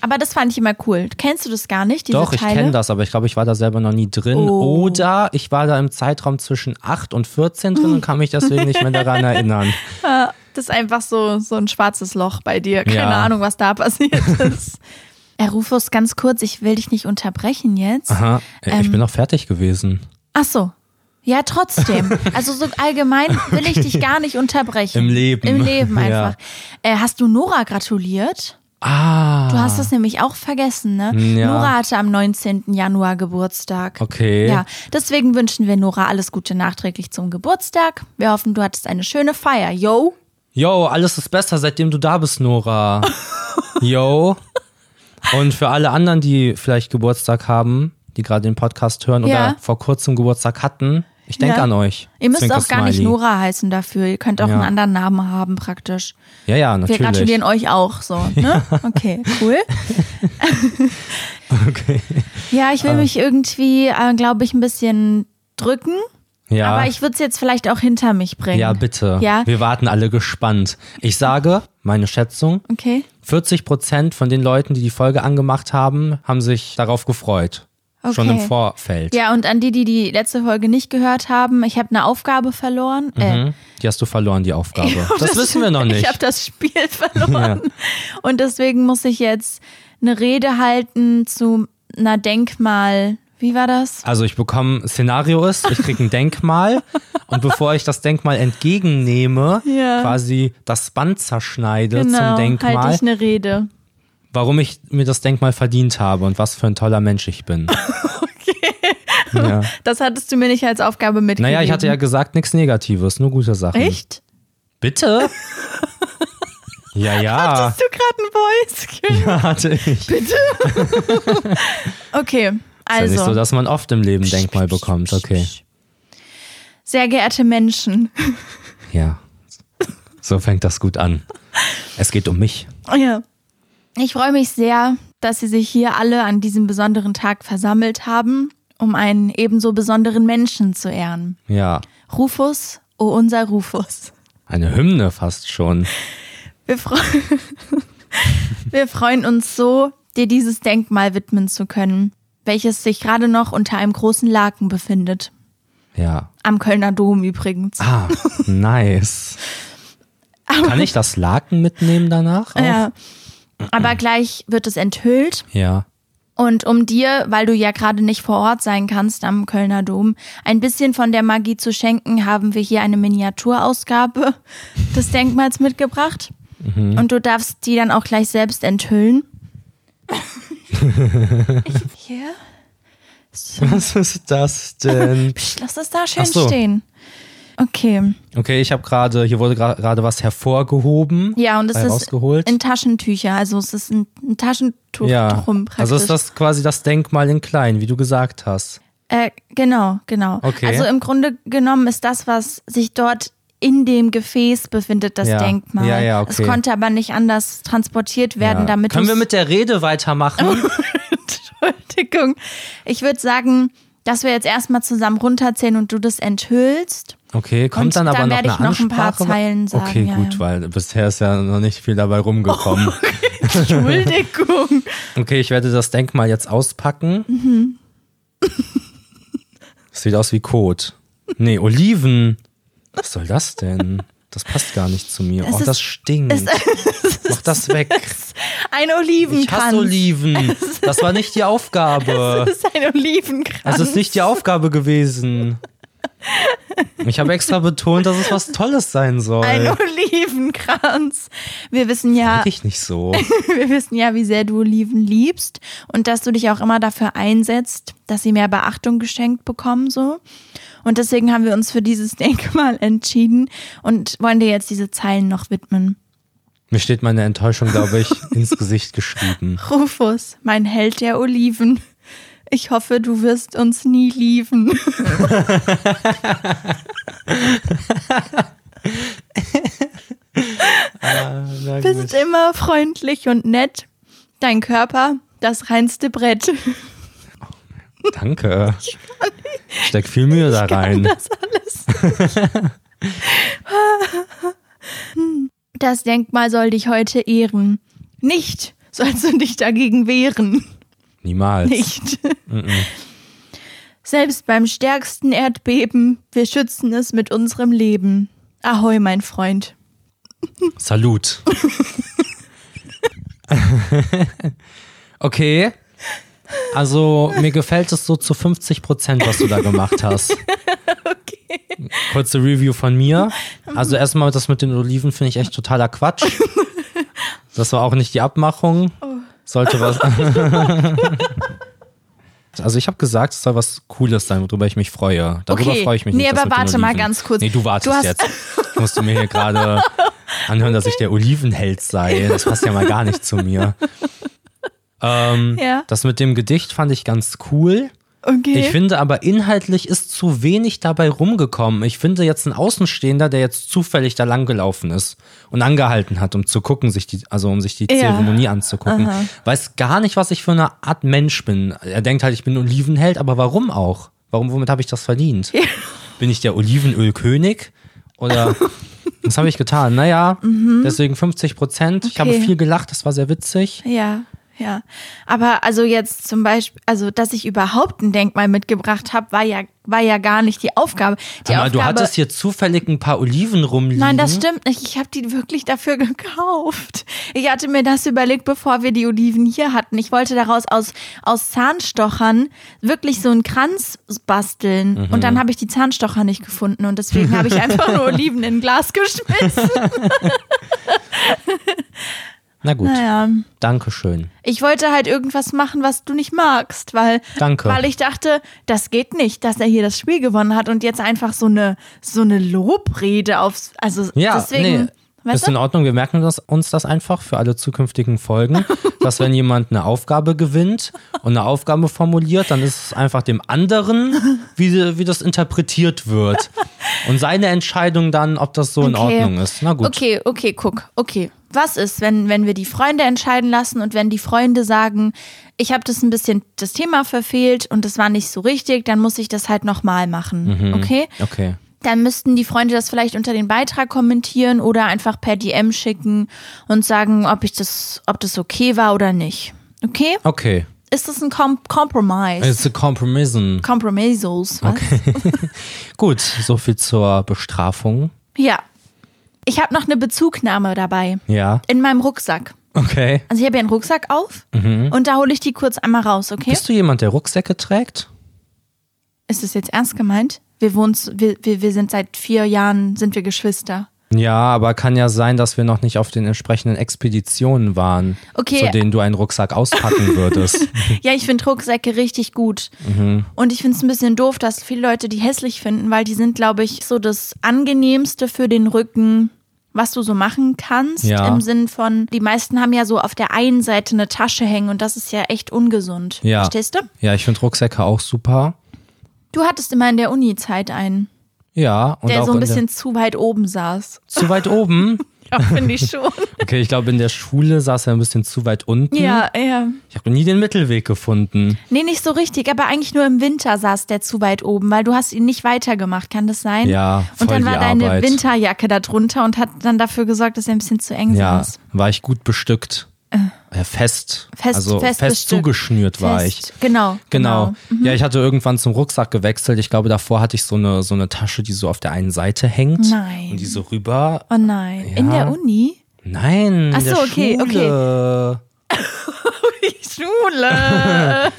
Speaker 1: Aber das fand ich immer cool. Kennst du das gar nicht, diese
Speaker 2: Mhm. Doch, ich
Speaker 1: Teile?
Speaker 2: kenne das, aber ich glaube, ich war da selber noch nie drin.
Speaker 1: Oh.
Speaker 2: Oder ich war da im Zeitraum zwischen 8 und 14 drin
Speaker 1: Oh.
Speaker 2: und kann mich deswegen nicht
Speaker 1: (laughs)
Speaker 2: mehr daran erinnern.
Speaker 1: Das ist einfach so, so ein schwarzes Loch bei dir. Keine
Speaker 2: Ja.
Speaker 1: Ahnung, was da (laughs) passiert ist. Herr Äh, Rufus, ganz kurz, ich will dich nicht unterbrechen jetzt.
Speaker 2: Aha, ich
Speaker 1: Ähm.
Speaker 2: bin noch fertig gewesen.
Speaker 1: Ach so. Ja, trotzdem. Also so allgemein will ich dich gar nicht unterbrechen.
Speaker 2: Im Leben.
Speaker 1: Im Leben
Speaker 2: (laughs) Ja.
Speaker 1: einfach. Äh, hast du Nora gratuliert?
Speaker 2: Ah. Hm,
Speaker 1: Du hast es nämlich auch vergessen, ne?
Speaker 2: Ja.
Speaker 1: Nora hatte am 19. Januar Geburtstag.
Speaker 2: Okay.
Speaker 1: Ja, deswegen wünschen wir Nora alles Gute nachträglich zum Geburtstag. Wir hoffen, du hattest eine schöne Feier. Yo!
Speaker 2: Yo, alles ist besser, seitdem du da
Speaker 1: (laughs)
Speaker 2: bist, Nora. Yo. Und für alle anderen, die vielleicht Geburtstag haben, die gerade den Podcast hören
Speaker 1: Ja.
Speaker 2: oder vor kurzem Geburtstag hatten, ich denke
Speaker 1: Ja.
Speaker 2: an euch.
Speaker 1: Ihr müsst
Speaker 2: Zwinker
Speaker 1: auch gar nicht
Speaker 2: Smiley.
Speaker 1: Nora heißen dafür. Ihr könnt auch
Speaker 2: Ja.
Speaker 1: einen anderen Namen haben praktisch.
Speaker 2: Ja, ja,
Speaker 1: Wir
Speaker 2: natürlich.
Speaker 1: gratulieren euch auch
Speaker 2: (laughs)
Speaker 1: so, ne? Okay, cool.
Speaker 2: Okay. Ah.
Speaker 1: Ja, ich will mich irgendwie, äh, glaube ich, ein bisschen drücken.
Speaker 2: Ja.
Speaker 1: Aber ich würde es jetzt vielleicht auch hinter mich bringen.
Speaker 2: ja, bitte.
Speaker 1: Ja.
Speaker 2: Wir warten alle gespannt. Ich sage, meine Schätzung,
Speaker 1: Okay.
Speaker 2: 40 Prozent von den Leuten, die die Folge angemacht haben, haben sich darauf gefreut. Schon im
Speaker 1: Okay.
Speaker 2: Vorfeld.
Speaker 1: Ja, und an die, die die letzte Folge nicht gehört haben, ich habe eine Aufgabe verloren. Äh,
Speaker 2: Hm? Die hast du verloren, die
Speaker 1: (laughs)
Speaker 2: Aufgabe.
Speaker 1: ich hab
Speaker 2: das, wissen wir noch nicht.
Speaker 1: Ich habe das
Speaker 2: (laughs)
Speaker 1: Spiel verloren. Und deswegen muss ich jetzt eine Rede halten zu einer Denkmal. Wie war das?
Speaker 2: Also ich bekomme ein Szenario ist, ich kriege
Speaker 1: (laughs)
Speaker 2: ein Denkmal und bevor ich das Denkmal entgegennehme,
Speaker 1: Ja.
Speaker 2: quasi das Band zerschneide Äh, zum
Speaker 1: genau, halte
Speaker 2: Denkmal,
Speaker 1: ich eine Rede.
Speaker 2: warum ich mir das Denkmal verdient habe und was für ein toller Mensch ich bin.
Speaker 1: (laughs)
Speaker 2: okay. Ja.
Speaker 1: Das hattest du mir nicht als Aufgabe mitgegeben.
Speaker 2: Naja, ich hatte ja gesagt, nichts Negatives, nur gute Sachen.
Speaker 1: Mhm. Echt? (laughs)
Speaker 2: Bitte? ja, ja.
Speaker 1: Hast du gerade ein Voice?
Speaker 2: Ja, hatte ich.
Speaker 1: Okay,
Speaker 2: Ist ja nicht
Speaker 1: also.
Speaker 2: so, dass man oft im Leben ein Denkmal bekommt. Okay.
Speaker 1: Sehr geehrte Menschen.
Speaker 2: Ja. So fängt das gut an. Es geht um mich.
Speaker 1: Ja. Ich freue mich sehr, dass Sie sich hier alle an diesem besonderen Tag versammelt haben, um einen ebenso besonderen Menschen zu ehren.
Speaker 2: Ja.
Speaker 1: Rufus, o unser Rufus.
Speaker 2: Eine Hymne fast schon.
Speaker 1: Wir, freu (laughs) Wir freuen uns so, dir dieses Denkmal widmen zu können, welches sich gerade noch unter einem großen Laken befindet.
Speaker 2: Ja.
Speaker 1: Am Kölner Dom übrigens. (laughs)
Speaker 2: Ah, nice. Kann ich das Laken mitnehmen danach? Auch?
Speaker 1: Ja. Aber gleich wird es enthüllt
Speaker 2: Ja.
Speaker 1: Und um dir, weil du ja gerade nicht vor Ort sein kannst am Kölner Dom, ein bisschen von der Magie zu schenken, haben wir hier eine Miniaturausgabe (laughs) des Denkmals mitgebracht.
Speaker 2: Mhm.
Speaker 1: Und du darfst die dann auch gleich selbst enthüllen. ich, hier?
Speaker 2: Was ist das denn?
Speaker 1: Psch, lass das da schön
Speaker 2: Ach so.
Speaker 1: stehen. Okay.
Speaker 2: Okay, ich habe gerade, hier wurde gra- gerade was hervorgehoben.
Speaker 1: Ja, und es
Speaker 2: Bei
Speaker 1: ist
Speaker 2: rausgeholt.
Speaker 1: in Taschentücher. Also es ist ein, ein Taschentuch
Speaker 2: ja.
Speaker 1: drum praktisch.
Speaker 2: Also ist das quasi das Denkmal in klein, wie du gesagt hast.
Speaker 1: Äh, genau, genau.
Speaker 2: Okay.
Speaker 1: Also im Grunde genommen ist das, was sich dort in dem Gefäß befindet, das
Speaker 2: Ja.
Speaker 1: Denkmal.
Speaker 2: Ja, ja, okay.
Speaker 1: Es konnte aber nicht anders transportiert werden,
Speaker 2: ja.
Speaker 1: damit
Speaker 2: Können wir
Speaker 1: du's-
Speaker 2: mit der Rede weitermachen?
Speaker 1: (laughs) Entschuldigung. Ich würde sagen, dass wir jetzt erstmal zusammen runterzählen und du das
Speaker 2: (laughs)
Speaker 1: enthüllst.
Speaker 2: Okay, kommt
Speaker 1: Und
Speaker 2: dann aber
Speaker 1: dann
Speaker 2: noch
Speaker 1: werde
Speaker 2: eine
Speaker 1: ich noch ein paar
Speaker 2: Ansprache?
Speaker 1: Zeilen sagen,
Speaker 2: Okay,
Speaker 1: ja,
Speaker 2: gut,
Speaker 1: ja. Oh
Speaker 2: weil bisher ist ja noch nicht viel dabei rumgekommen.
Speaker 1: Entschuldigung.
Speaker 2: Okay, ich werde das Denkmal jetzt auspacken.
Speaker 1: Mhm.
Speaker 2: Das Sieht aus wie Kot. Nee, Oliven. Was soll das denn? Das passt gar nicht zu mir. oh,
Speaker 1: ist-
Speaker 2: das stinkt. Mach das weg.
Speaker 1: Ein
Speaker 2: Ich
Speaker 1: Olivenkranz.
Speaker 2: hasse Oliven. Das war nicht
Speaker 1: (laughs)
Speaker 2: die Aufgabe.
Speaker 1: Das ist ein Olivenkranz.
Speaker 2: Es ist nicht die Aufgabe gewesen. Ich habe extra betont, dass es was Tolles sein soll.
Speaker 1: ein Olivenkranz. Wir wissen ja,
Speaker 2: Denke ich nicht so.
Speaker 1: (laughs) Wir wissen ja, wie sehr du Oliven liebst und dass du dich auch immer dafür einsetzt, dass sie mehr Beachtung geschenkt bekommen, so. Und deswegen haben wir (laughs) uns für dieses Denkmal entschieden und wollen dir jetzt diese Zeilen noch widmen.
Speaker 2: Mir steht meine Enttäuschung, glaube ich, ins Gesicht geschrieben.
Speaker 1: Rufus, mein Held der Oliven. (laughs) Ich hoffe, du wirst uns nie lieben. (laughs)
Speaker 2: Na
Speaker 1: Bist
Speaker 2: gut.
Speaker 1: immer freundlich und nett. Dein Körper, das reinste Brett.
Speaker 2: Danke. Steck viel Mühe da rein.
Speaker 1: Um Das alles. (laughs) Das Denkmal soll dich heute ehren. Nicht sollst du dich dagegen wehren. (laughs)
Speaker 2: Niemals.
Speaker 1: Nicht. Selbst beim stärksten Erdbeben, wir schützen es mit unserem Leben. Ahoi, mein Freund.
Speaker 2: Salut. (laughs) okay. Also, mir gefällt es so zu 50 Prozent, was du da
Speaker 1: (laughs)
Speaker 2: gemacht hast. Kurze Review von mir. Also, erstmal das mit den Oliven finde ich echt totaler Quatsch. Das war auch nicht die Abmachung.
Speaker 1: Oh.
Speaker 2: Sollte
Speaker 1: (laughs)
Speaker 2: was. Also ich habe gesagt, es soll was Cooles sein, worüber ich mich freue. Darüber
Speaker 1: Okay.
Speaker 2: freue ich mich
Speaker 1: Nee,
Speaker 2: nicht. das
Speaker 1: aber
Speaker 2: mit den
Speaker 1: warte mal
Speaker 2: Oliven.
Speaker 1: ganz kurz.
Speaker 2: Nee, du wartest
Speaker 1: Du hast-
Speaker 2: jetzt. Ich musste mir hier gerade anhören, dass ich der Olivenheld sei. Das passt ja mal gar nicht
Speaker 1: (laughs)
Speaker 2: zu mir. Ähm,
Speaker 1: Ja.
Speaker 2: Das mit dem Gedicht fand ich ganz cool.
Speaker 1: Okay.
Speaker 2: Ich finde aber inhaltlich ist zu wenig dabei rumgekommen. Ich finde jetzt ein Außenstehender, der jetzt zufällig da lang gelaufen ist und angehalten hat, um zu gucken, sich die, also um sich die
Speaker 1: Ja.
Speaker 2: Zeremonie anzugucken, weiß gar nicht, was ich für eine Art Mensch bin. Er denkt halt, ich bin Olivenheld, aber warum auch? Warum, womit habe ich das verdient? Bin ich der Olivenölkönig?
Speaker 1: (laughs)
Speaker 2: Oder was habe ich getan? Naja, deswegen 50 Prozent. Ich habe
Speaker 1: Mhm. Okay.
Speaker 2: viel gelacht, das war sehr witzig.
Speaker 1: Ja, ja. Aber also jetzt zum Beispiel, also dass ich überhaupt ein Denkmal mitgebracht habe, war ja, war ja gar nicht die Aufgabe. Die
Speaker 2: Aber
Speaker 1: Aufgabe,
Speaker 2: du hattest hier zufällig ein paar Oliven rumliegen.
Speaker 1: Nein, das stimmt nicht. Ich habe die wirklich dafür (laughs) gekauft. Ich hatte mir das überlegt, bevor wir die Oliven hier hatten. Ich wollte daraus aus, aus Zahnstochern wirklich so einen Kranz basteln.
Speaker 2: Mhm.
Speaker 1: Und dann habe ich die Zahnstocher nicht gefunden. Und deswegen habe ich
Speaker 2: (laughs)
Speaker 1: einfach nur Oliven in ein Glas geschmissen.
Speaker 2: Na gut.
Speaker 1: Naja.
Speaker 2: Dankeschön.
Speaker 1: Ich wollte halt irgendwas machen, was du nicht magst, weil,
Speaker 2: Danke.
Speaker 1: weil ich dachte, das geht nicht, dass er hier das Spiel gewonnen hat und jetzt einfach so eine, so eine Lobrede aufs. Also
Speaker 2: Ja,
Speaker 1: deswegen.
Speaker 2: nee.
Speaker 1: Weißt
Speaker 2: ist
Speaker 1: du?
Speaker 2: in Ordnung, wir merken das, uns das einfach für alle
Speaker 1: (laughs)
Speaker 2: zukünftigen Folgen, dass wenn jemand eine Aufgabe gewinnt und eine Aufgabe formuliert, dann ist es einfach dem anderen, wie, wie das interpretiert wird. Und seine Entscheidung dann, ob das so in
Speaker 1: Okay.
Speaker 2: Ordnung ist. Na gut.
Speaker 1: Okay, okay, guck. Okay. Was ist, wenn, wenn wir die Freunde entscheiden lassen und wenn die Freunde sagen, ich habe das ein bisschen das Thema verfehlt und das war nicht so richtig, dann muss ich das halt nochmal
Speaker 2: Mhm.
Speaker 1: machen. Okay?
Speaker 2: Okay.
Speaker 1: dann müssten die Freunde das vielleicht unter den Beitrag kommentieren oder einfach per DM schicken und sagen, ob ich das, ob das okay war oder nicht. Okay?
Speaker 2: Okay.
Speaker 1: Ist das ein Com Compromise?
Speaker 2: It's a compromissen.
Speaker 1: Compromisos, was?
Speaker 2: Gut, soviel zur Bestrafung.
Speaker 1: Ja. Ich habe noch eine Bezugnahme dabei.
Speaker 2: Ja.
Speaker 1: In meinem Rucksack.
Speaker 2: Okay.
Speaker 1: Also ich habe ja einen Rucksack auf und da hole ich die kurz einmal raus, okay?
Speaker 2: Mhm. Bist du jemand, der Rucksäcke trägt?
Speaker 1: Ist das jetzt ernst gemeint? Wir wohnen, wir, wir, wir sind seit vier Jahren, sind wir Geschwister.
Speaker 2: Ja, aber kann ja sein, dass wir noch nicht auf den entsprechenden Expeditionen waren,
Speaker 1: Okay.
Speaker 2: zu denen du einen Rucksack
Speaker 1: (laughs)
Speaker 2: auspacken würdest.
Speaker 1: Ja, ich finde Rucksäcke richtig gut.
Speaker 2: Mhm.
Speaker 1: Und ich finde es ein bisschen doof, dass viele Leute die hässlich finden, weil die sind, glaube ich, so das Angenehmste für den Rücken, was du so machen kannst.
Speaker 2: Ja.
Speaker 1: Im Sinn von, die meisten haben ja so auf der einen Seite eine Tasche hängen und das ist ja echt ungesund.
Speaker 2: Ja.
Speaker 1: Verstehst du?
Speaker 2: ja, ich finde Rucksäcke auch super.
Speaker 1: Du hattest immer in der Uni-Zeit einen,
Speaker 2: Ja, und
Speaker 1: der
Speaker 2: auch
Speaker 1: so ein
Speaker 2: in
Speaker 1: bisschen zu weit oben saß.
Speaker 2: der, zu weit oben.
Speaker 1: Ja, finde
Speaker 2: (laughs)
Speaker 1: ich schon.
Speaker 2: Okay, ich glaube, in der Schule saß er ein bisschen zu weit unten.
Speaker 1: ja, ja.
Speaker 2: Ich habe nie den Mittelweg gefunden.
Speaker 1: Hm? Nee, nicht so richtig, aber eigentlich nur im Winter saß der zu weit oben, weil du hast ihn nicht weitergemacht, kann das sein?
Speaker 2: Ja, voll
Speaker 1: Und dann war
Speaker 2: die
Speaker 1: deine
Speaker 2: Arbeit.
Speaker 1: Winterjacke da drunter und hat dann dafür gesorgt, dass er ein bisschen zu eng
Speaker 2: Ja,
Speaker 1: saß.
Speaker 2: war ich gut bestückt. Äh, fest.
Speaker 1: Fest-
Speaker 2: also
Speaker 1: fest
Speaker 2: fest,
Speaker 1: bestückt.
Speaker 2: zugeschnürt war ich.
Speaker 1: Fest. Genau,
Speaker 2: Genau. Ja, ich hatte irgendwann zum Rucksack gewechselt. Ich glaube, davor hatte ich so eine, so eine Tasche, die so auf der einen Seite hängt.
Speaker 1: Nein.
Speaker 2: Und die so rüber.
Speaker 1: Oh nein, in
Speaker 2: Ja.
Speaker 1: der Uni?
Speaker 2: Nein.
Speaker 1: Ach
Speaker 2: in der
Speaker 1: so, okay,
Speaker 2: Schule.
Speaker 1: Die Schule.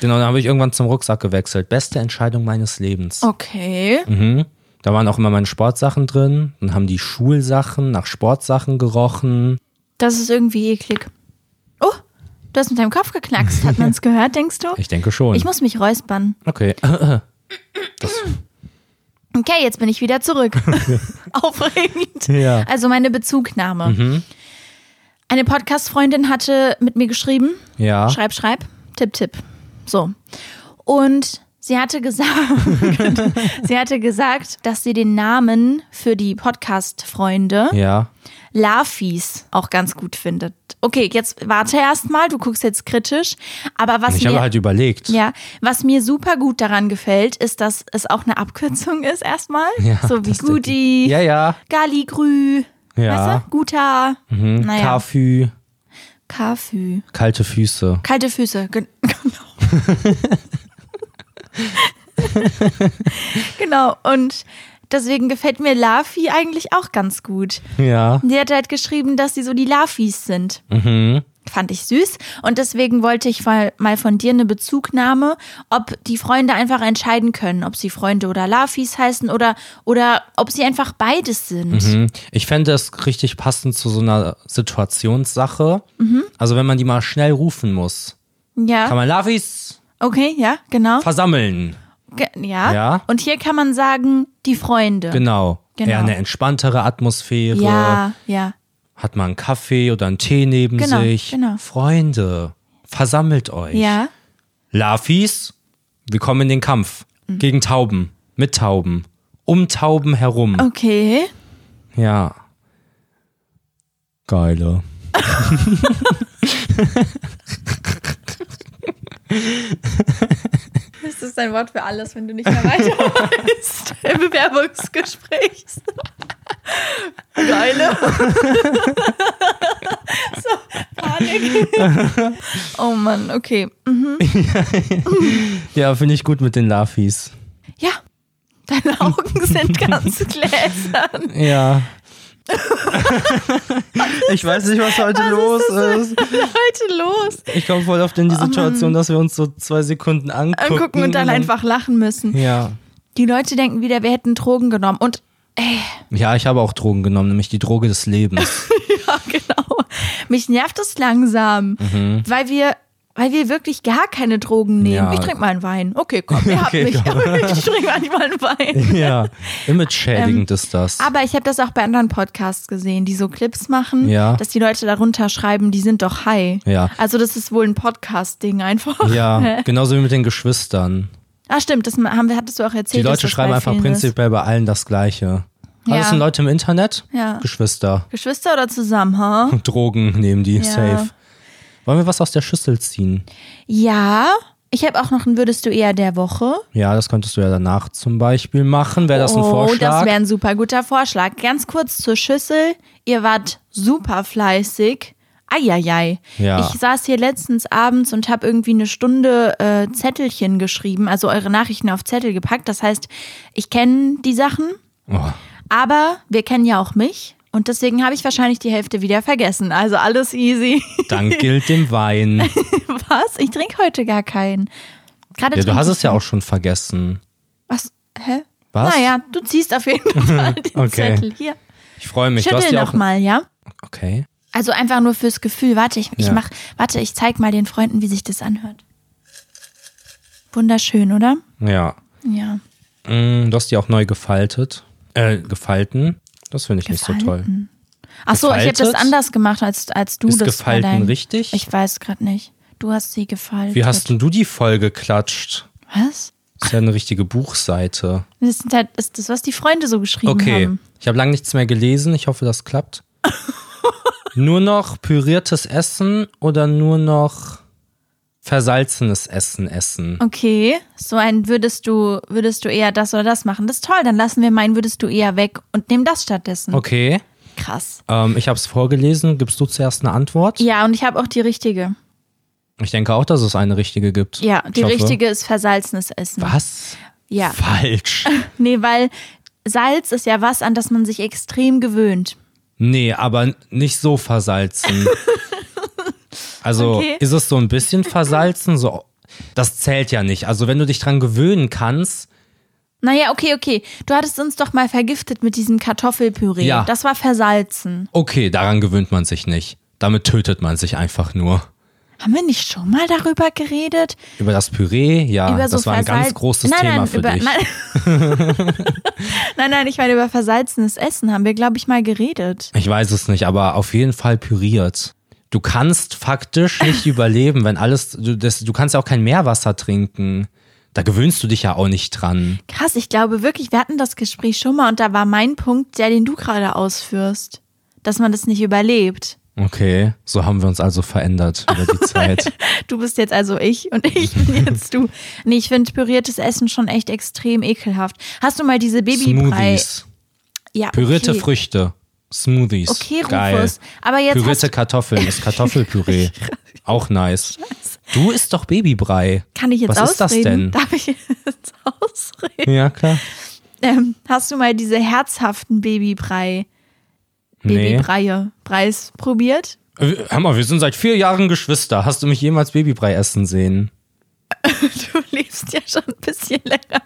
Speaker 2: Genau, dann habe ich irgendwann zum Rucksack gewechselt. Beste Entscheidung meines Lebens.
Speaker 1: (laughs) Oh. Okay.
Speaker 2: Mhm. Da waren auch immer meine Sportsachen drin. Dann haben die Schulsachen nach Sportsachen gerochen.
Speaker 1: Das ist irgendwie eklig. Oh, du hast mit deinem Kopf geknackst. Hat
Speaker 2: (laughs)
Speaker 1: man es gehört, denkst du?
Speaker 2: Ich denke schon.
Speaker 1: Ich muss mich räuspern.
Speaker 2: okay. (laughs)
Speaker 1: Okay,
Speaker 2: (laughs)
Speaker 1: jetzt bin ich wieder zurück. (laughs) Aufregend.
Speaker 2: Ja. Mhm.
Speaker 1: Also meine Bezugnahme. Eine Podcast-Freundin hatte mit mir geschrieben.
Speaker 2: Ja.
Speaker 1: Schreib, schreib, tipp, tipp. So. Und sie hatte gesagt, (laughs) sie hatte gesagt, dass sie den Namen für die Podcast-Freunde
Speaker 2: Ja.
Speaker 1: Larfies auch ganz gut findet. Okay, jetzt warte erst mal, du guckst jetzt kritisch. Aber was
Speaker 2: Ich
Speaker 1: mir
Speaker 2: habe halt überlegt.
Speaker 1: ja, was mir super gut daran gefällt, ist, dass es auch eine Abkürzung ist erstmal.
Speaker 2: Ja,
Speaker 1: so wie
Speaker 2: das denke ich.
Speaker 1: Guti,
Speaker 2: Ja, ja.
Speaker 1: Galigrü,
Speaker 2: Ja. Mhm.
Speaker 1: weißt du? Guter, naja,
Speaker 2: Kaffee,
Speaker 1: Kafü.
Speaker 2: kalte Füße.
Speaker 1: Kalte Füße, gen (laughs) genau.
Speaker 2: (laughs)
Speaker 1: genau, und deswegen gefällt mir Lafi eigentlich auch ganz gut.
Speaker 2: Ja.
Speaker 1: Sie hat halt geschrieben, dass sie so die Lafis sind.
Speaker 2: Mhm.
Speaker 1: Fand ich süß. Und deswegen wollte ich mal, mal von dir eine Bezugnahme, ob die Freunde einfach entscheiden können, ob sie Freunde oder Lafis heißen oder, oder ob sie einfach beides sind.
Speaker 2: Mhm. Ich fände es richtig passend zu so einer Situationssache.
Speaker 1: Mhm.
Speaker 2: Also wenn man die mal schnell rufen muss. Mhm. Kann
Speaker 1: Ja.
Speaker 2: man Lavis
Speaker 1: Okay, ja, genau.
Speaker 2: versammeln.
Speaker 1: Ge ja.
Speaker 2: Ja.
Speaker 1: Und hier kann man sagen, die Freunde.
Speaker 2: Genau.
Speaker 1: Genau.
Speaker 2: Eher eine entspanntere Atmosphäre.
Speaker 1: Ja, ja.
Speaker 2: Hat man einen Kaffee oder einen Tee neben
Speaker 1: Genau,
Speaker 2: sich.
Speaker 1: genau.
Speaker 2: Freunde, versammelt euch.
Speaker 1: Ja.
Speaker 2: Lafis, wir kommen in den Kampf.
Speaker 1: Mhm.
Speaker 2: Gegen Tauben. Mit Tauben. Um Tauben herum.
Speaker 1: Okay. Oh.
Speaker 2: Ja. Geile.
Speaker 1: Das ist ein Wort für alles, wenn du nicht mehr (laughs) weiter weißt. Im Bewerbungsgespräch. Geile. (laughs) so, Panik. oh Mann, okay.
Speaker 2: Ja, finde ich gut mit den Lafis.
Speaker 1: Ja, deine Augen sind ganz gläsern. (laughs)
Speaker 2: Ja. ich weiß nicht, was heute los ist.
Speaker 1: Was ist heute los?
Speaker 2: Ich komme voll oft in die Situation, dass wir uns so zwei Sekunden angucken.
Speaker 1: Oh Angucken und dann einfach lachen müssen.
Speaker 2: Ja.
Speaker 1: Die Leute denken wieder, wir hätten Drogen genommen. Und
Speaker 2: Ja, ich habe auch Drogen genommen, nämlich die Droge des Lebens.
Speaker 1: Ja, (laughs) genau. Mich nervt es langsam, weil wir weil wir wirklich gar keine Drogen nehmen.
Speaker 2: Mhm. Ja.
Speaker 1: Ich trinke mal einen Wein. Okay,
Speaker 2: (laughs)
Speaker 1: komm, ihr habt
Speaker 2: Okay,
Speaker 1: mich. Aber (laughs) ich trinke manchmal einen
Speaker 2: (laughs)
Speaker 1: Wein.
Speaker 2: ja.
Speaker 1: Ähm,
Speaker 2: Image-schädigend ist das.
Speaker 1: Aber ich habe das auch bei anderen Podcasts gesehen, die so Clips machen,
Speaker 2: Ja.
Speaker 1: dass die Leute darunter schreiben, die sind doch high.
Speaker 2: Ja.
Speaker 1: Also das ist wohl ein Podcast-Ding einfach. (laughs)
Speaker 2: Ja, genauso wie mit den Geschwistern.
Speaker 1: Ah, stimmt, das haben wir, hattest du auch
Speaker 2: Die
Speaker 1: erzählt. dass
Speaker 2: Leute
Speaker 1: das
Speaker 2: schreiben
Speaker 1: bei
Speaker 2: einfach
Speaker 1: vielen ist.
Speaker 2: prinzipiell bei allen das Gleiche.
Speaker 1: Ja.
Speaker 2: Alles sind Leute im Internet?
Speaker 1: Ja.
Speaker 2: Geschwister.
Speaker 1: Geschwister oder zusammen,
Speaker 2: (laughs)
Speaker 1: ha?
Speaker 2: Drogen nehmen die, safe. Wollen wir was aus der Schüssel ziehen?
Speaker 1: Ja. Ich habe auch noch ein Würdest du eher der Woche.
Speaker 2: Ja, das könntest du ja danach zum Beispiel machen. Wäre das ein
Speaker 1: Oh, das
Speaker 2: Vorschlag?
Speaker 1: wäre ein super guter Vorschlag. Ganz kurz zur Schüssel. Ihr wart super fleißig. Eieiei.
Speaker 2: Ja.
Speaker 1: Ich saß hier letztens abends und habe irgendwie eine Stunde äh, Zettelchen geschrieben, also eure Nachrichten auf Zettel gepackt. Das heißt, ich kenne die Sachen,
Speaker 2: oh,
Speaker 1: aber wir kennen ja auch mich. Und deswegen habe ich wahrscheinlich die Hälfte wieder vergessen. Also alles easy. (laughs)
Speaker 2: dann gilt dem Wein.
Speaker 1: Was? Ich trinke heute gar keinen. Gerade
Speaker 2: Ja, du
Speaker 1: trink
Speaker 2: hast
Speaker 1: ich-
Speaker 2: es ja auch schon vergessen.
Speaker 1: Was? Hä?
Speaker 2: Was?
Speaker 1: Naja, du ziehst auf jeden
Speaker 2: (laughs)
Speaker 1: Fall den
Speaker 2: Okay.
Speaker 1: Zettel hier.
Speaker 2: Ich freue mich. Du hast
Speaker 1: Schüttel
Speaker 2: ja auch.
Speaker 1: nochmal, ja?
Speaker 2: Okay.
Speaker 1: Also einfach nur fürs Gefühl. Warte, ich, ich
Speaker 2: Ja.
Speaker 1: mach, warte, ich zeig mal den Freunden, wie sich das anhört. Wunderschön, oder?
Speaker 2: Ja.
Speaker 1: Ja.
Speaker 2: Mm, du hast die auch neu gefaltet. Äh, gefalten. Das finde ich nicht so toll.
Speaker 1: Ach so, ich habe das
Speaker 2: Gefaltet?
Speaker 1: anders gemacht als, als du
Speaker 2: Ist
Speaker 1: das
Speaker 2: gefalten
Speaker 1: bei deinen-
Speaker 2: richtig?
Speaker 1: Ich weiß gerade nicht. Du hast sie gefaltet.
Speaker 2: Wie hast denn du die voll geklatscht?
Speaker 1: Was?
Speaker 2: Das ist ja eine richtige Buchseite.
Speaker 1: Das ist, halt, ist das, was die Freunde so geschrieben
Speaker 2: Okay.
Speaker 1: haben.
Speaker 2: Ich habe lange nichts mehr gelesen. Ich hoffe,
Speaker 1: (laughs)
Speaker 2: das klappt. nur noch püriertes Essen oder nur noch versalzenes Essen essen?
Speaker 1: Okay, so ein würdest du, würdest du eher das oder das machen. Das ist toll, dann lassen wir meinen würdest du eher weg und nehmen das stattdessen.
Speaker 2: Okay.
Speaker 1: Krass.
Speaker 2: Ähm, ich habe es vorgelesen. Gibst du zuerst eine Antwort?
Speaker 1: Ja, und ich habe auch die richtige.
Speaker 2: Ich denke auch, dass es eine richtige gibt.
Speaker 1: Ja, die
Speaker 2: Ich hoffe.
Speaker 1: richtige ist versalzenes Essen.
Speaker 2: Was?
Speaker 1: Ja.
Speaker 2: Falsch.
Speaker 1: Nee, weil Salz ist ja was, an das man sich extrem gewöhnt.
Speaker 2: Nee, aber nicht
Speaker 1: (laughs)
Speaker 2: so versalzen. Also
Speaker 1: Okay.
Speaker 2: ist es so ein bisschen versalzen? So, das zählt ja nicht. Also wenn du dich dran gewöhnen kannst,
Speaker 1: Naja, okay, okay. Du hattest uns doch mal vergiftet mit diesem Kartoffelpüree.
Speaker 2: Ja.
Speaker 1: Das war versalzen.
Speaker 2: okay, daran gewöhnt man sich nicht. Damit tötet man sich einfach nur.
Speaker 1: Haben wir nicht schon mal darüber geredet?
Speaker 2: Über das Püree, ja,
Speaker 1: über so
Speaker 2: Ah, das war ein ganz
Speaker 1: versal-
Speaker 2: großes
Speaker 1: nein,
Speaker 2: Thema
Speaker 1: nein,
Speaker 2: für
Speaker 1: über,
Speaker 2: dich.
Speaker 1: Nein.
Speaker 2: (laughs)
Speaker 1: nein, nein, ich meine, über versalzenes Essen haben wir, glaube ich, mal geredet.
Speaker 2: Ich weiß es nicht, aber auf jeden Fall püriert. du kannst faktisch
Speaker 1: (laughs)
Speaker 2: nicht überleben, wenn alles, du, das, du kannst ja auch kein Meerwasser trinken. Da gewöhnst du dich ja auch nicht dran.
Speaker 1: Krass, ich glaube wirklich, wir hatten das Gespräch schon mal und da war mein Punkt, der, den du gerade ausführst, dass man das nicht überlebt.
Speaker 2: Okay, so haben wir uns also
Speaker 1: (laughs)
Speaker 2: verändert über die Zeit.
Speaker 1: Du bist jetzt also ich und (laughs) ich bin jetzt du. Nee, ich finde püriertes Essen schon echt extrem ekelhaft. Hast du mal diese Babybrei?
Speaker 2: Smoothies,
Speaker 1: Ja,
Speaker 2: pürierte
Speaker 1: okay.
Speaker 2: Früchte, Smoothies.
Speaker 1: Okay, Rufus,
Speaker 2: Geil.
Speaker 1: aber jetzt
Speaker 2: Pürierte Kartoffeln
Speaker 1: (laughs)
Speaker 2: ist Kartoffelpüree. auch nice. Du isst doch Babybrei.
Speaker 1: Kann ich jetzt
Speaker 2: Was ist das
Speaker 1: ausreden?
Speaker 2: denn?
Speaker 1: (laughs) Darf ich jetzt ausreden?
Speaker 2: Ja, klar.
Speaker 1: Ähm, hast du mal diese herzhaften Babybrei,
Speaker 2: Nee.
Speaker 1: Babybreie, Preis probiert?
Speaker 2: Äh, Hör mal, wir sind seit vier Jahren Geschwister. Hast du mich jemals Babybrei essen sehen?
Speaker 1: Du (laughs) lebst ja schon ein bisschen länger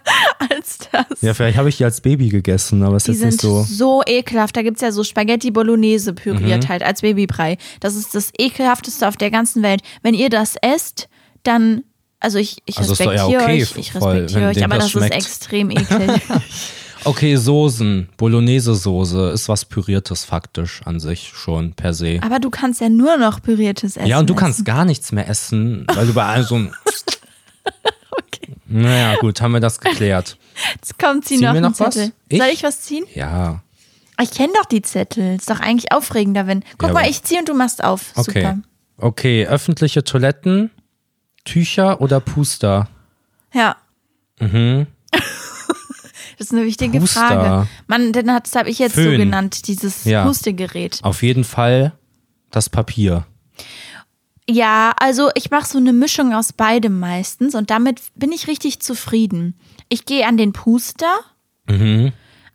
Speaker 1: als das.
Speaker 2: Ja, vielleicht habe ich die als Baby gegessen, aber ist
Speaker 1: Die
Speaker 2: jetzt nicht
Speaker 1: sind
Speaker 2: so.
Speaker 1: so. ekelhaft. Da gibt es ja so Spaghetti Bolognese
Speaker 2: Mhm.
Speaker 1: püriert halt als Babybrei. Das ist das ekelhafteste auf der ganzen Welt. Wenn ihr das esst, dann. Also ich, ich
Speaker 2: Also ist doch ja
Speaker 1: respektiere
Speaker 2: okay,
Speaker 1: euch, ich
Speaker 2: voll,
Speaker 1: respektiere
Speaker 2: wenn
Speaker 1: euch,
Speaker 2: denen
Speaker 1: aber das
Speaker 2: das schmeckt.
Speaker 1: ist extrem
Speaker 2: (laughs)
Speaker 1: eklig.
Speaker 2: Okay, Soßen. Bolognese-Soße ist was Püriertes faktisch an sich schon per se.
Speaker 1: aber du kannst ja nur noch püriertes Essen.
Speaker 2: ja, und du
Speaker 1: essen.
Speaker 2: kannst gar nichts mehr essen, weil du bei allem
Speaker 1: (laughs)
Speaker 2: so. ein- Naja, gut, haben wir das geklärt.
Speaker 1: Jetzt kommt sie
Speaker 2: Ziehen
Speaker 1: noch
Speaker 2: wir
Speaker 1: einen
Speaker 2: noch was?
Speaker 1: Zettel.
Speaker 2: Ich?
Speaker 1: Soll ich was ziehen?
Speaker 2: Ja,
Speaker 1: Ich kenne doch die Zettel. Ist doch eigentlich aufregender, wenn. Guck
Speaker 2: Ja,
Speaker 1: mal,
Speaker 2: aber-
Speaker 1: ich ziehe und du machst auf.
Speaker 2: okay.
Speaker 1: Super.
Speaker 2: Okay, öffentliche Toiletten, Tücher oder Puster?
Speaker 1: Ja.
Speaker 2: Mhm.
Speaker 1: (laughs) Das ist eine wichtige
Speaker 2: Puster.
Speaker 1: Frage. Mann, den hat- das habe ich jetzt so
Speaker 2: Föhn.
Speaker 1: genannt, dieses
Speaker 2: Ja.
Speaker 1: Pustegerät.
Speaker 2: Auf jeden Fall das Papier.
Speaker 1: Ja, also ich mache so eine Mischung aus beidem meistens und damit bin ich richtig zufrieden. Ich gehe an den Puster,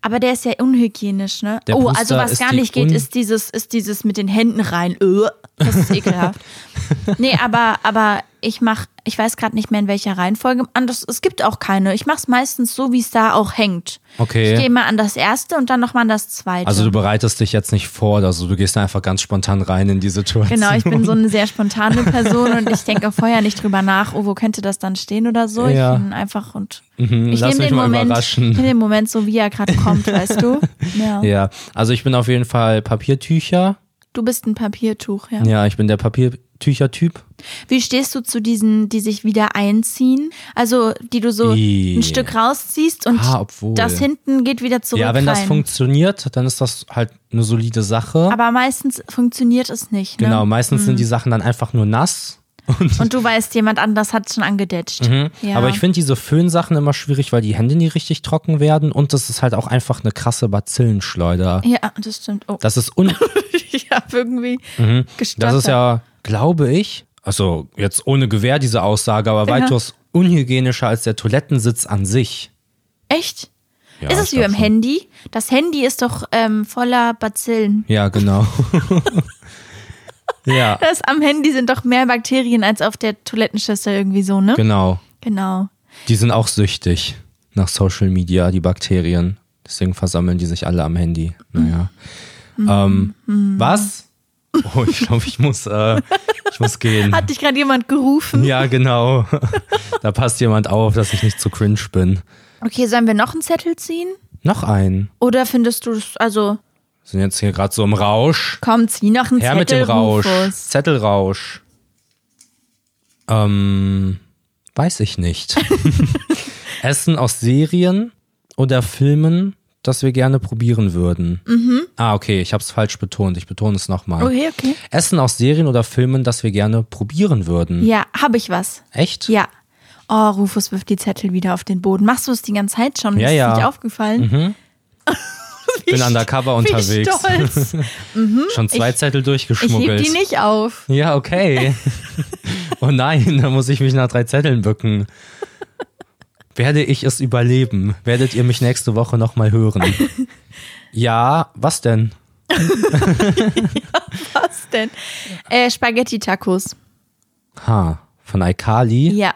Speaker 1: aber der ist ja unhygienisch, ne?
Speaker 2: Mhm. Der
Speaker 1: oh,
Speaker 2: Puster
Speaker 1: also was
Speaker 2: ist
Speaker 1: gar
Speaker 2: die
Speaker 1: nicht geht,
Speaker 2: un-
Speaker 1: ist dieses, ist dieses mit den Händen rein. Öh, Das ist
Speaker 2: (laughs)
Speaker 1: ekelhaft. nee, aber, aber ich mache, ich weiß gerade nicht mehr in welcher Reihenfolge. Anders, es gibt auch keine. Ich mache es meistens so, wie es da auch hängt.
Speaker 2: Okay.
Speaker 1: Ich gehe mal an das erste und dann nochmal an das zweite.
Speaker 2: Also du bereitest dich jetzt nicht vor, also du gehst da einfach ganz spontan rein in die Situation.
Speaker 1: Genau, ich bin so eine sehr spontane Person und ich denke vorher nicht drüber nach, oh, wo könnte das dann stehen oder so.
Speaker 2: Ja. Mhm,
Speaker 1: Ich bin einfach und ich
Speaker 2: lass
Speaker 1: nehme
Speaker 2: mich
Speaker 1: den,
Speaker 2: mal
Speaker 1: Moment- ich
Speaker 2: überraschen.
Speaker 1: nehm den Moment so, wie er gerade kommt, weißt
Speaker 2: (laughs)
Speaker 1: du? Ja.
Speaker 2: (laughs) Ja, also ich bin auf jeden Fall Papiertücher.
Speaker 1: Du bist ein Papiertuch, ja.
Speaker 2: Ja, ich bin der Papiertücher-Typ.
Speaker 1: Wie stehst du zu diesen, die sich wieder einziehen? Also, die du so
Speaker 2: Ih.
Speaker 1: ein Stück rausziehst und
Speaker 2: Ah, obwohl.
Speaker 1: das hinten geht wieder zurück
Speaker 2: Ja, wenn das
Speaker 1: rein.
Speaker 2: funktioniert, dann ist das halt eine solide Sache.
Speaker 1: Aber meistens funktioniert es nicht,
Speaker 2: genau,
Speaker 1: ne?
Speaker 2: meistens sind die Sachen dann einfach nur nass.
Speaker 1: Und du weißt, jemand anders hat schon angedetscht. Ja.
Speaker 2: Mhm. Aber ich finde diese Föhnsachen immer schwierig, weil die Hände nie richtig trocken werden und das ist halt auch einfach eine krasse Bazillenschleuder.
Speaker 1: Ja, das stimmt. Oh.
Speaker 2: Das
Speaker 1: (laughs)
Speaker 2: ist un
Speaker 1: ich habe irgendwie gestottert.
Speaker 2: Mhm. Das ist ja, glaube ich, also jetzt ohne Gewähr diese Aussage, aber weitaus unhygienischer als der Toilettensitz an sich.
Speaker 1: Echt?
Speaker 2: Ja,
Speaker 1: ist es
Speaker 2: ich
Speaker 1: wie
Speaker 2: glaub
Speaker 1: beim
Speaker 2: schon.
Speaker 1: Handy? Das Handy ist doch ähm, voller Bazillen.
Speaker 2: Ja, genau. (laughs) ja,
Speaker 1: Das am Handy sind doch mehr Bakterien als auf der Toilettenschüssel irgendwie so, ne?
Speaker 2: genau.
Speaker 1: Genau.
Speaker 2: Die sind auch süchtig nach Social Media, die Bakterien. Deswegen versammeln die sich alle am Handy. Naja. Ähm, Was? Oh, ich glaube, ich muss, äh, ich muss gehen.
Speaker 1: Hat dich gerade jemand gerufen?
Speaker 2: Ja, genau. Da passt jemand auf, dass ich nicht zu cringe bin.
Speaker 1: Okay, sollen wir noch einen Zettel ziehen?
Speaker 2: Noch einen.
Speaker 1: Oder findest du es, also
Speaker 2: Sind jetzt hier gerade so im Rausch.
Speaker 1: komm, zieh noch einen
Speaker 2: Her
Speaker 1: Zettel.
Speaker 2: mit dem Rausch.
Speaker 1: Rufus.
Speaker 2: Zettelrausch. Ähm, weiß
Speaker 1: (laughs)
Speaker 2: ich nicht. Essen aus Serien oder Filmen, das wir gerne probieren würden.
Speaker 1: Mhm.
Speaker 2: Ah, okay, ich habe es falsch betont. Ich betone es nochmal.
Speaker 1: Okay, okay.
Speaker 2: Essen aus Serien oder Filmen, das wir gerne probieren würden.
Speaker 1: Ja, habe ich was.
Speaker 2: Echt?
Speaker 1: Ja. Oh, Rufus wirft die Zettel wieder auf den Boden. Machst du es die ganze Zeit schon?
Speaker 2: Ja,
Speaker 1: ist
Speaker 2: ja.
Speaker 1: nicht aufgefallen?
Speaker 2: Ich bin undercover
Speaker 1: (laughs) Wie
Speaker 2: unterwegs.
Speaker 1: stolz.
Speaker 2: Schon zwei Zettel
Speaker 1: Ich heb
Speaker 2: durchgeschmuggelt.
Speaker 1: die nicht auf. (laughs)
Speaker 2: Ja, okay. oh nein, da muss ich mich nach drei Zetteln bücken. Werde ich es überleben? Werdet ihr mich nächste Woche nochmal hören?
Speaker 1: (laughs)
Speaker 2: Ja, was denn?
Speaker 1: Was denn? Äh, Spaghetti-Tacos.
Speaker 2: Ha, von Aikali?
Speaker 1: Ja.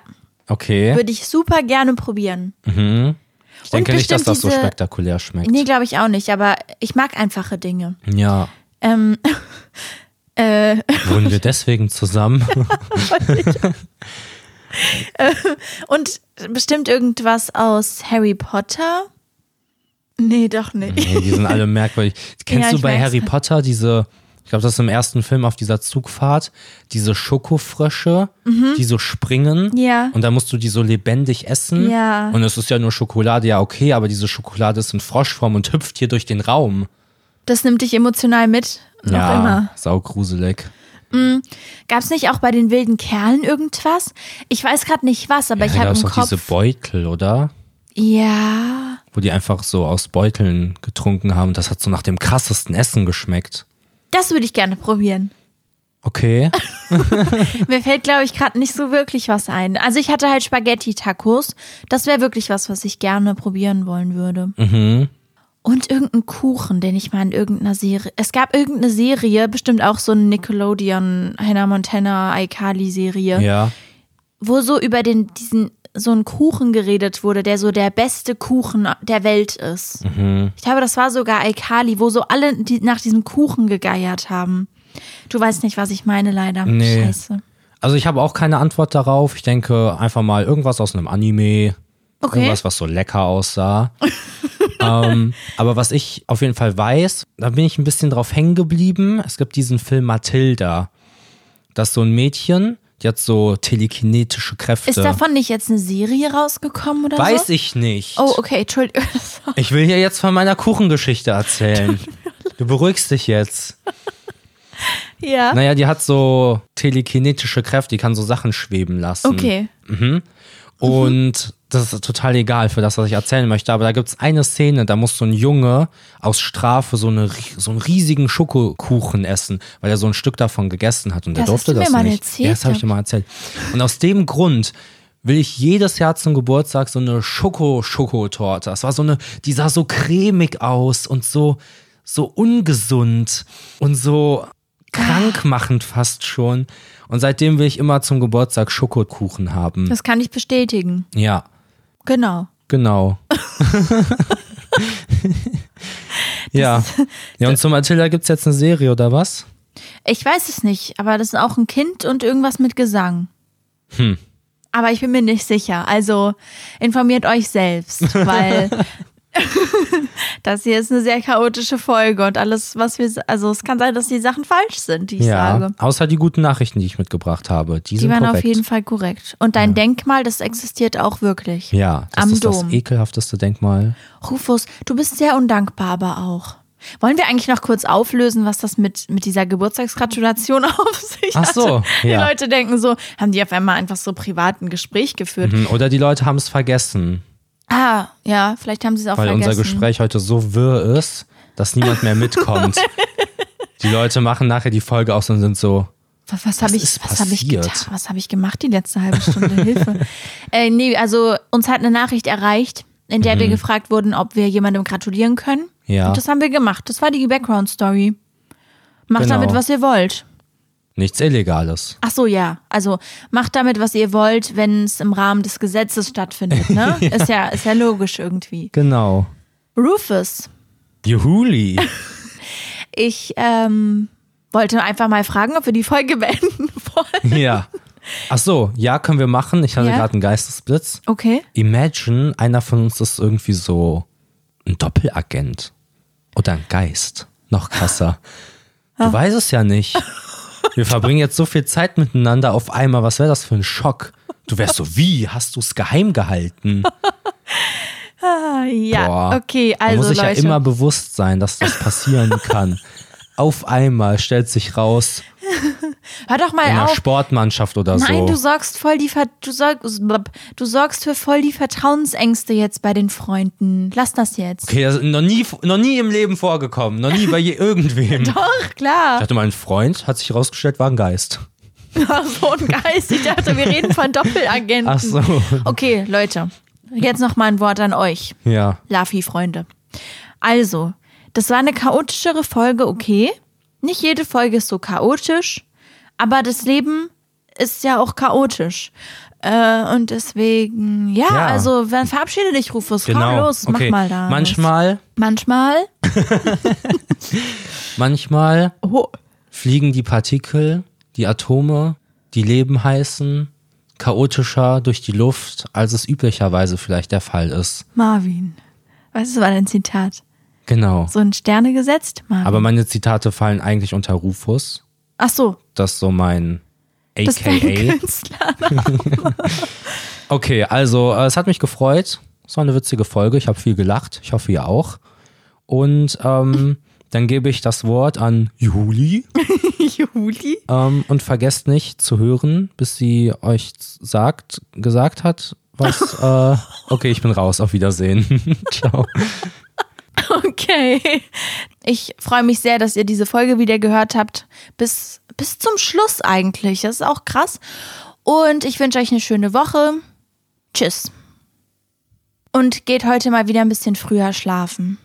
Speaker 2: Okay.
Speaker 1: Würde ich super gerne probieren.
Speaker 2: Mhm. Ich denke
Speaker 1: und
Speaker 2: nicht, dass
Speaker 1: bestimmt
Speaker 2: das so
Speaker 1: diese-
Speaker 2: spektakulär schmeckt.
Speaker 1: Nee, glaube ich auch nicht, aber ich mag einfache Dinge.
Speaker 2: Ja.
Speaker 1: Ähm, (laughs) äh,
Speaker 2: Wohnen wir
Speaker 1: (laughs)
Speaker 2: deswegen zusammen?
Speaker 1: und bestimmt irgendwas aus Harry Potter? Nee, doch nicht.
Speaker 2: Nee, die sind alle merkwürdig.
Speaker 1: (laughs)
Speaker 2: Kennst
Speaker 1: Ja,
Speaker 2: du
Speaker 1: ich
Speaker 2: bei
Speaker 1: weiß.
Speaker 2: Harry Potter diese Ich glaube, das ist im ersten Film auf dieser Zugfahrt. Diese Schokofrösche, die so springen.
Speaker 1: Mhm. Ja.
Speaker 2: Und dann musst du die so lebendig essen.
Speaker 1: Ja.
Speaker 2: Und es ist ja nur Schokolade, ja, okay, aber diese Schokolade ist in Froschform und hüpft hier durch den Raum.
Speaker 1: Das nimmt dich emotional mit. Noch
Speaker 2: ja,
Speaker 1: immer.
Speaker 2: saugruselig.
Speaker 1: Gab es nicht auch bei den wilden Kerlen irgendwas? Ich weiß gerade nicht was, aber
Speaker 2: Ja,
Speaker 1: ich
Speaker 2: da
Speaker 1: habe
Speaker 2: gab's
Speaker 1: im
Speaker 2: doch
Speaker 1: Kopf.
Speaker 2: diese Beutel, oder?
Speaker 1: ja.
Speaker 2: Wo die einfach so aus Beuteln getrunken haben. Das hat so nach dem krassesten Essen geschmeckt.
Speaker 1: Das würde ich gerne probieren. (laughs)
Speaker 2: Okay.
Speaker 1: Mir fällt, glaube ich, gerade nicht so wirklich was ein. Also ich hatte halt Spaghetti-Tacos. Das wäre wirklich was, was ich gerne probieren wollen würde.
Speaker 2: Mhm.
Speaker 1: Und irgendeinen Kuchen, den ich mal in irgendeiner Serie. Es gab irgendeine Serie, bestimmt auch so eine Nickelodeon, Hannah Montana, Aikali-Serie,
Speaker 2: ja.
Speaker 1: wo so über den, diesen, so einen Kuchen geredet wurde, der so der beste Kuchen der Welt ist.
Speaker 2: Mhm.
Speaker 1: Ich glaube, das war sogar Aikali, wo so alle die nach diesem Kuchen gegeiert haben. Du weißt nicht, was ich meine, leider.
Speaker 2: Nee.
Speaker 1: Scheiße.
Speaker 2: Also ich habe auch keine Antwort darauf. Ich denke einfach mal irgendwas aus einem Anime.
Speaker 1: Okay.
Speaker 2: Irgendwas, was so
Speaker 1: (laughs)
Speaker 2: lecker aussah. ähm, aber was ich auf jeden Fall weiß, da bin ich ein bisschen drauf hängen geblieben. Es gibt diesen Film Matilda. Das ist so ein Mädchen, die hat so telekinetische Kräfte.
Speaker 1: Ist davon nicht jetzt eine Serie rausgekommen oder so?
Speaker 2: Weiß ich nicht.
Speaker 1: Oh, okay, Entschuldigung. (laughs)
Speaker 2: Ich will hier jetzt von meiner Kuchengeschichte erzählen. Du beruhigst dich jetzt.
Speaker 1: ja.
Speaker 2: Naja, die hat so telekinetische Kräfte, die kann so Sachen schweben lassen.
Speaker 1: Okay. Mhm.
Speaker 2: Und das ist total egal für das, was ich erzählen möchte. Aber da gibt es eine Szene, da muss so ein Junge aus Strafe so, eine, ri- so einen riesigen Schokokuchen essen, weil er so ein Stück davon gegessen hat. Und der
Speaker 1: Das hast
Speaker 2: durfte
Speaker 1: du mir
Speaker 2: das
Speaker 1: mal
Speaker 2: nicht.
Speaker 1: erzählt,
Speaker 2: ja, das habe ich dir mal erzählt. Und aus dem Grund will ich jedes Jahr zum Geburtstag so eine Schoko-Schokotorte. Das war so eine, die sah so cremig aus und so, so ungesund und so krankmachend fast schon. Und seitdem will ich immer zum Geburtstag Schokokuchen haben.
Speaker 1: Das kann ich bestätigen.
Speaker 2: Ja,
Speaker 1: Genau.
Speaker 2: (laughs) genau. ja. Ja, und zu Matilda gibt's jetzt eine Serie oder was?
Speaker 1: Ich weiß es nicht, aber das ist auch ein Kind und irgendwas mit Gesang. Hm. Aber ich bin mir nicht sicher. Also informiert euch
Speaker 2: (laughs)
Speaker 1: selbst, weil (laughs) das hier ist eine sehr chaotische Folge und alles, was wir. Also es kann sein, dass die Sachen falsch sind, die ich
Speaker 2: Ja.
Speaker 1: sage.
Speaker 2: Außer die guten Nachrichten, die ich mitgebracht habe. Die,
Speaker 1: Die
Speaker 2: sind
Speaker 1: waren
Speaker 2: korrekt.
Speaker 1: auf jeden Fall korrekt. Und dein Denkmal, das existiert auch wirklich.
Speaker 2: Ja, das
Speaker 1: Am
Speaker 2: ist
Speaker 1: Dom.
Speaker 2: das ekelhafteste Denkmal.
Speaker 1: Rufus, du bist sehr undankbar, aber auch. Wollen wir eigentlich noch kurz auflösen, was das mit, mit dieser Geburtstagsgratulation (laughs) auf sich
Speaker 2: Ach
Speaker 1: hat?
Speaker 2: so, ja.
Speaker 1: Die Leute denken so, haben die auf einmal einfach so privat ein Gespräch geführt.
Speaker 2: Hm, Oder die Leute haben's vergessen,
Speaker 1: Ah, ja, vielleicht haben sie es auch
Speaker 2: Mhm. weil
Speaker 1: vergessen.
Speaker 2: unser Gespräch heute so wirr ist, dass niemand
Speaker 1: (laughs)
Speaker 2: mehr mitkommt. die Leute machen nachher die Folge aus und sind so,
Speaker 1: Was, was habe ich,
Speaker 2: ist
Speaker 1: was hab ich
Speaker 2: passiert?
Speaker 1: getan? Was habe ich gemacht die letzte halbe Stunde? (laughs) Hilfe. Äh, nee, also uns hat eine Nachricht erreicht, in der wir gefragt wurden, ob wir jemandem gratulieren können.
Speaker 2: Mhm. Ja.
Speaker 1: Und das haben wir gemacht. Das war die Background-Story. Macht
Speaker 2: Genau.
Speaker 1: damit, was ihr wollt.
Speaker 2: nichts Illegales.
Speaker 1: Ach so, ja. Also macht damit, was ihr wollt, wenn es im Rahmen des Gesetzes stattfindet,
Speaker 2: (laughs)
Speaker 1: ne? Ist ja, ist ja logisch irgendwie.
Speaker 2: Genau.
Speaker 1: Rufus,
Speaker 2: Juhuli.
Speaker 1: (laughs) ich ähm, wollte einfach mal fragen, ob wir die Folge (laughs) beenden wollen.
Speaker 2: ja. Ach so, ja, können wir machen. Ich hatte
Speaker 1: Ja.
Speaker 2: gerade einen Geistesblitz.
Speaker 1: Okay.
Speaker 2: Imagine, einer von uns ist irgendwie so ein Doppelagent oder ein Geist. Noch krasser.
Speaker 1: Ah.
Speaker 2: Du weißt es ja nicht. Wir verbringen jetzt so viel Zeit miteinander auf einmal. Was wäre das für ein Schock? Du wärst so, wie hast du es geheim gehalten?
Speaker 1: Ah, Ja,
Speaker 2: Boah.
Speaker 1: okay,
Speaker 2: Man
Speaker 1: also
Speaker 2: muss sich
Speaker 1: Leute.
Speaker 2: ja immer bewusst sein, dass
Speaker 1: (laughs)
Speaker 2: das passieren kann. Auf einmal stellt sich raus,
Speaker 1: Hör doch
Speaker 2: in
Speaker 1: mal
Speaker 2: einer
Speaker 1: auf.
Speaker 2: Sportmannschaft oder
Speaker 1: Nein, du
Speaker 2: so.
Speaker 1: sorgst voll die Ver du, sorgst, blub, du sorgst für voll die Vertrauensängste jetzt bei den Freunden. Lass das jetzt.
Speaker 2: Okay, das ist noch nie, noch nie im Leben vorgekommen. Noch nie
Speaker 1: (laughs)
Speaker 2: bei je, irgendwem. Ich
Speaker 1: Doch, klar.
Speaker 2: hatte mal einen Freund, hat sich herausgestellt, war ein Geist.
Speaker 1: (laughs) so ein Geist. Ich dachte, wir reden
Speaker 2: (laughs)
Speaker 1: von Doppelagenten. (laughs)
Speaker 2: Ach so.
Speaker 1: Okay, Leute, jetzt noch mal ein Wort an euch,
Speaker 2: Ja.
Speaker 1: Lafi-Freunde. Also, das war eine chaotischere Folge, okay. Nicht jede Folge ist so chaotisch, aber das Leben ist ja auch chaotisch. Äh, und deswegen, ja,
Speaker 2: Ja.
Speaker 1: also dann verabschiede dich, Rufus. Komm
Speaker 2: Genau.
Speaker 1: los,
Speaker 2: okay.
Speaker 1: mach mal da. was.
Speaker 2: Manchmal,
Speaker 1: Manchmal.
Speaker 2: manchmal
Speaker 1: Oh.
Speaker 2: fliegen die Partikel, die Atome, die Leben heißen, chaotischer durch die Luft, als es üblicherweise vielleicht der Fall ist.
Speaker 1: Marvin. Was ist das war dein Zitat?
Speaker 2: Genau.
Speaker 1: So in Sterne gesetzt. Mario.
Speaker 2: Aber meine Zitate fallen eigentlich unter Rufus.
Speaker 1: Ach so,
Speaker 2: Das ist so mein
Speaker 1: das ist ein
Speaker 2: AKA.
Speaker 1: Künstler. (laughs)
Speaker 2: Okay, also äh, es hat mich gefreut. Es war eine witzige Folge. Ich habe viel gelacht. Ich hoffe, ihr auch. Und ähm, dann gebe ich das Wort an Juli.
Speaker 1: Juli.
Speaker 2: Ähm, und vergesst nicht zu hören, bis sie euch sagt, gesagt hat, was. Äh, okay, ich bin raus. Auf Wiedersehen. (laughs) Ciao.
Speaker 1: (laughs) Okay. Ich freue mich sehr, dass ihr diese Folge wieder gehört habt. Bis, bis zum Schluss eigentlich. Das ist auch krass. Und ich wünsche euch eine schöne Woche. Tschüss. Und geht heute mal wieder ein bisschen früher schlafen.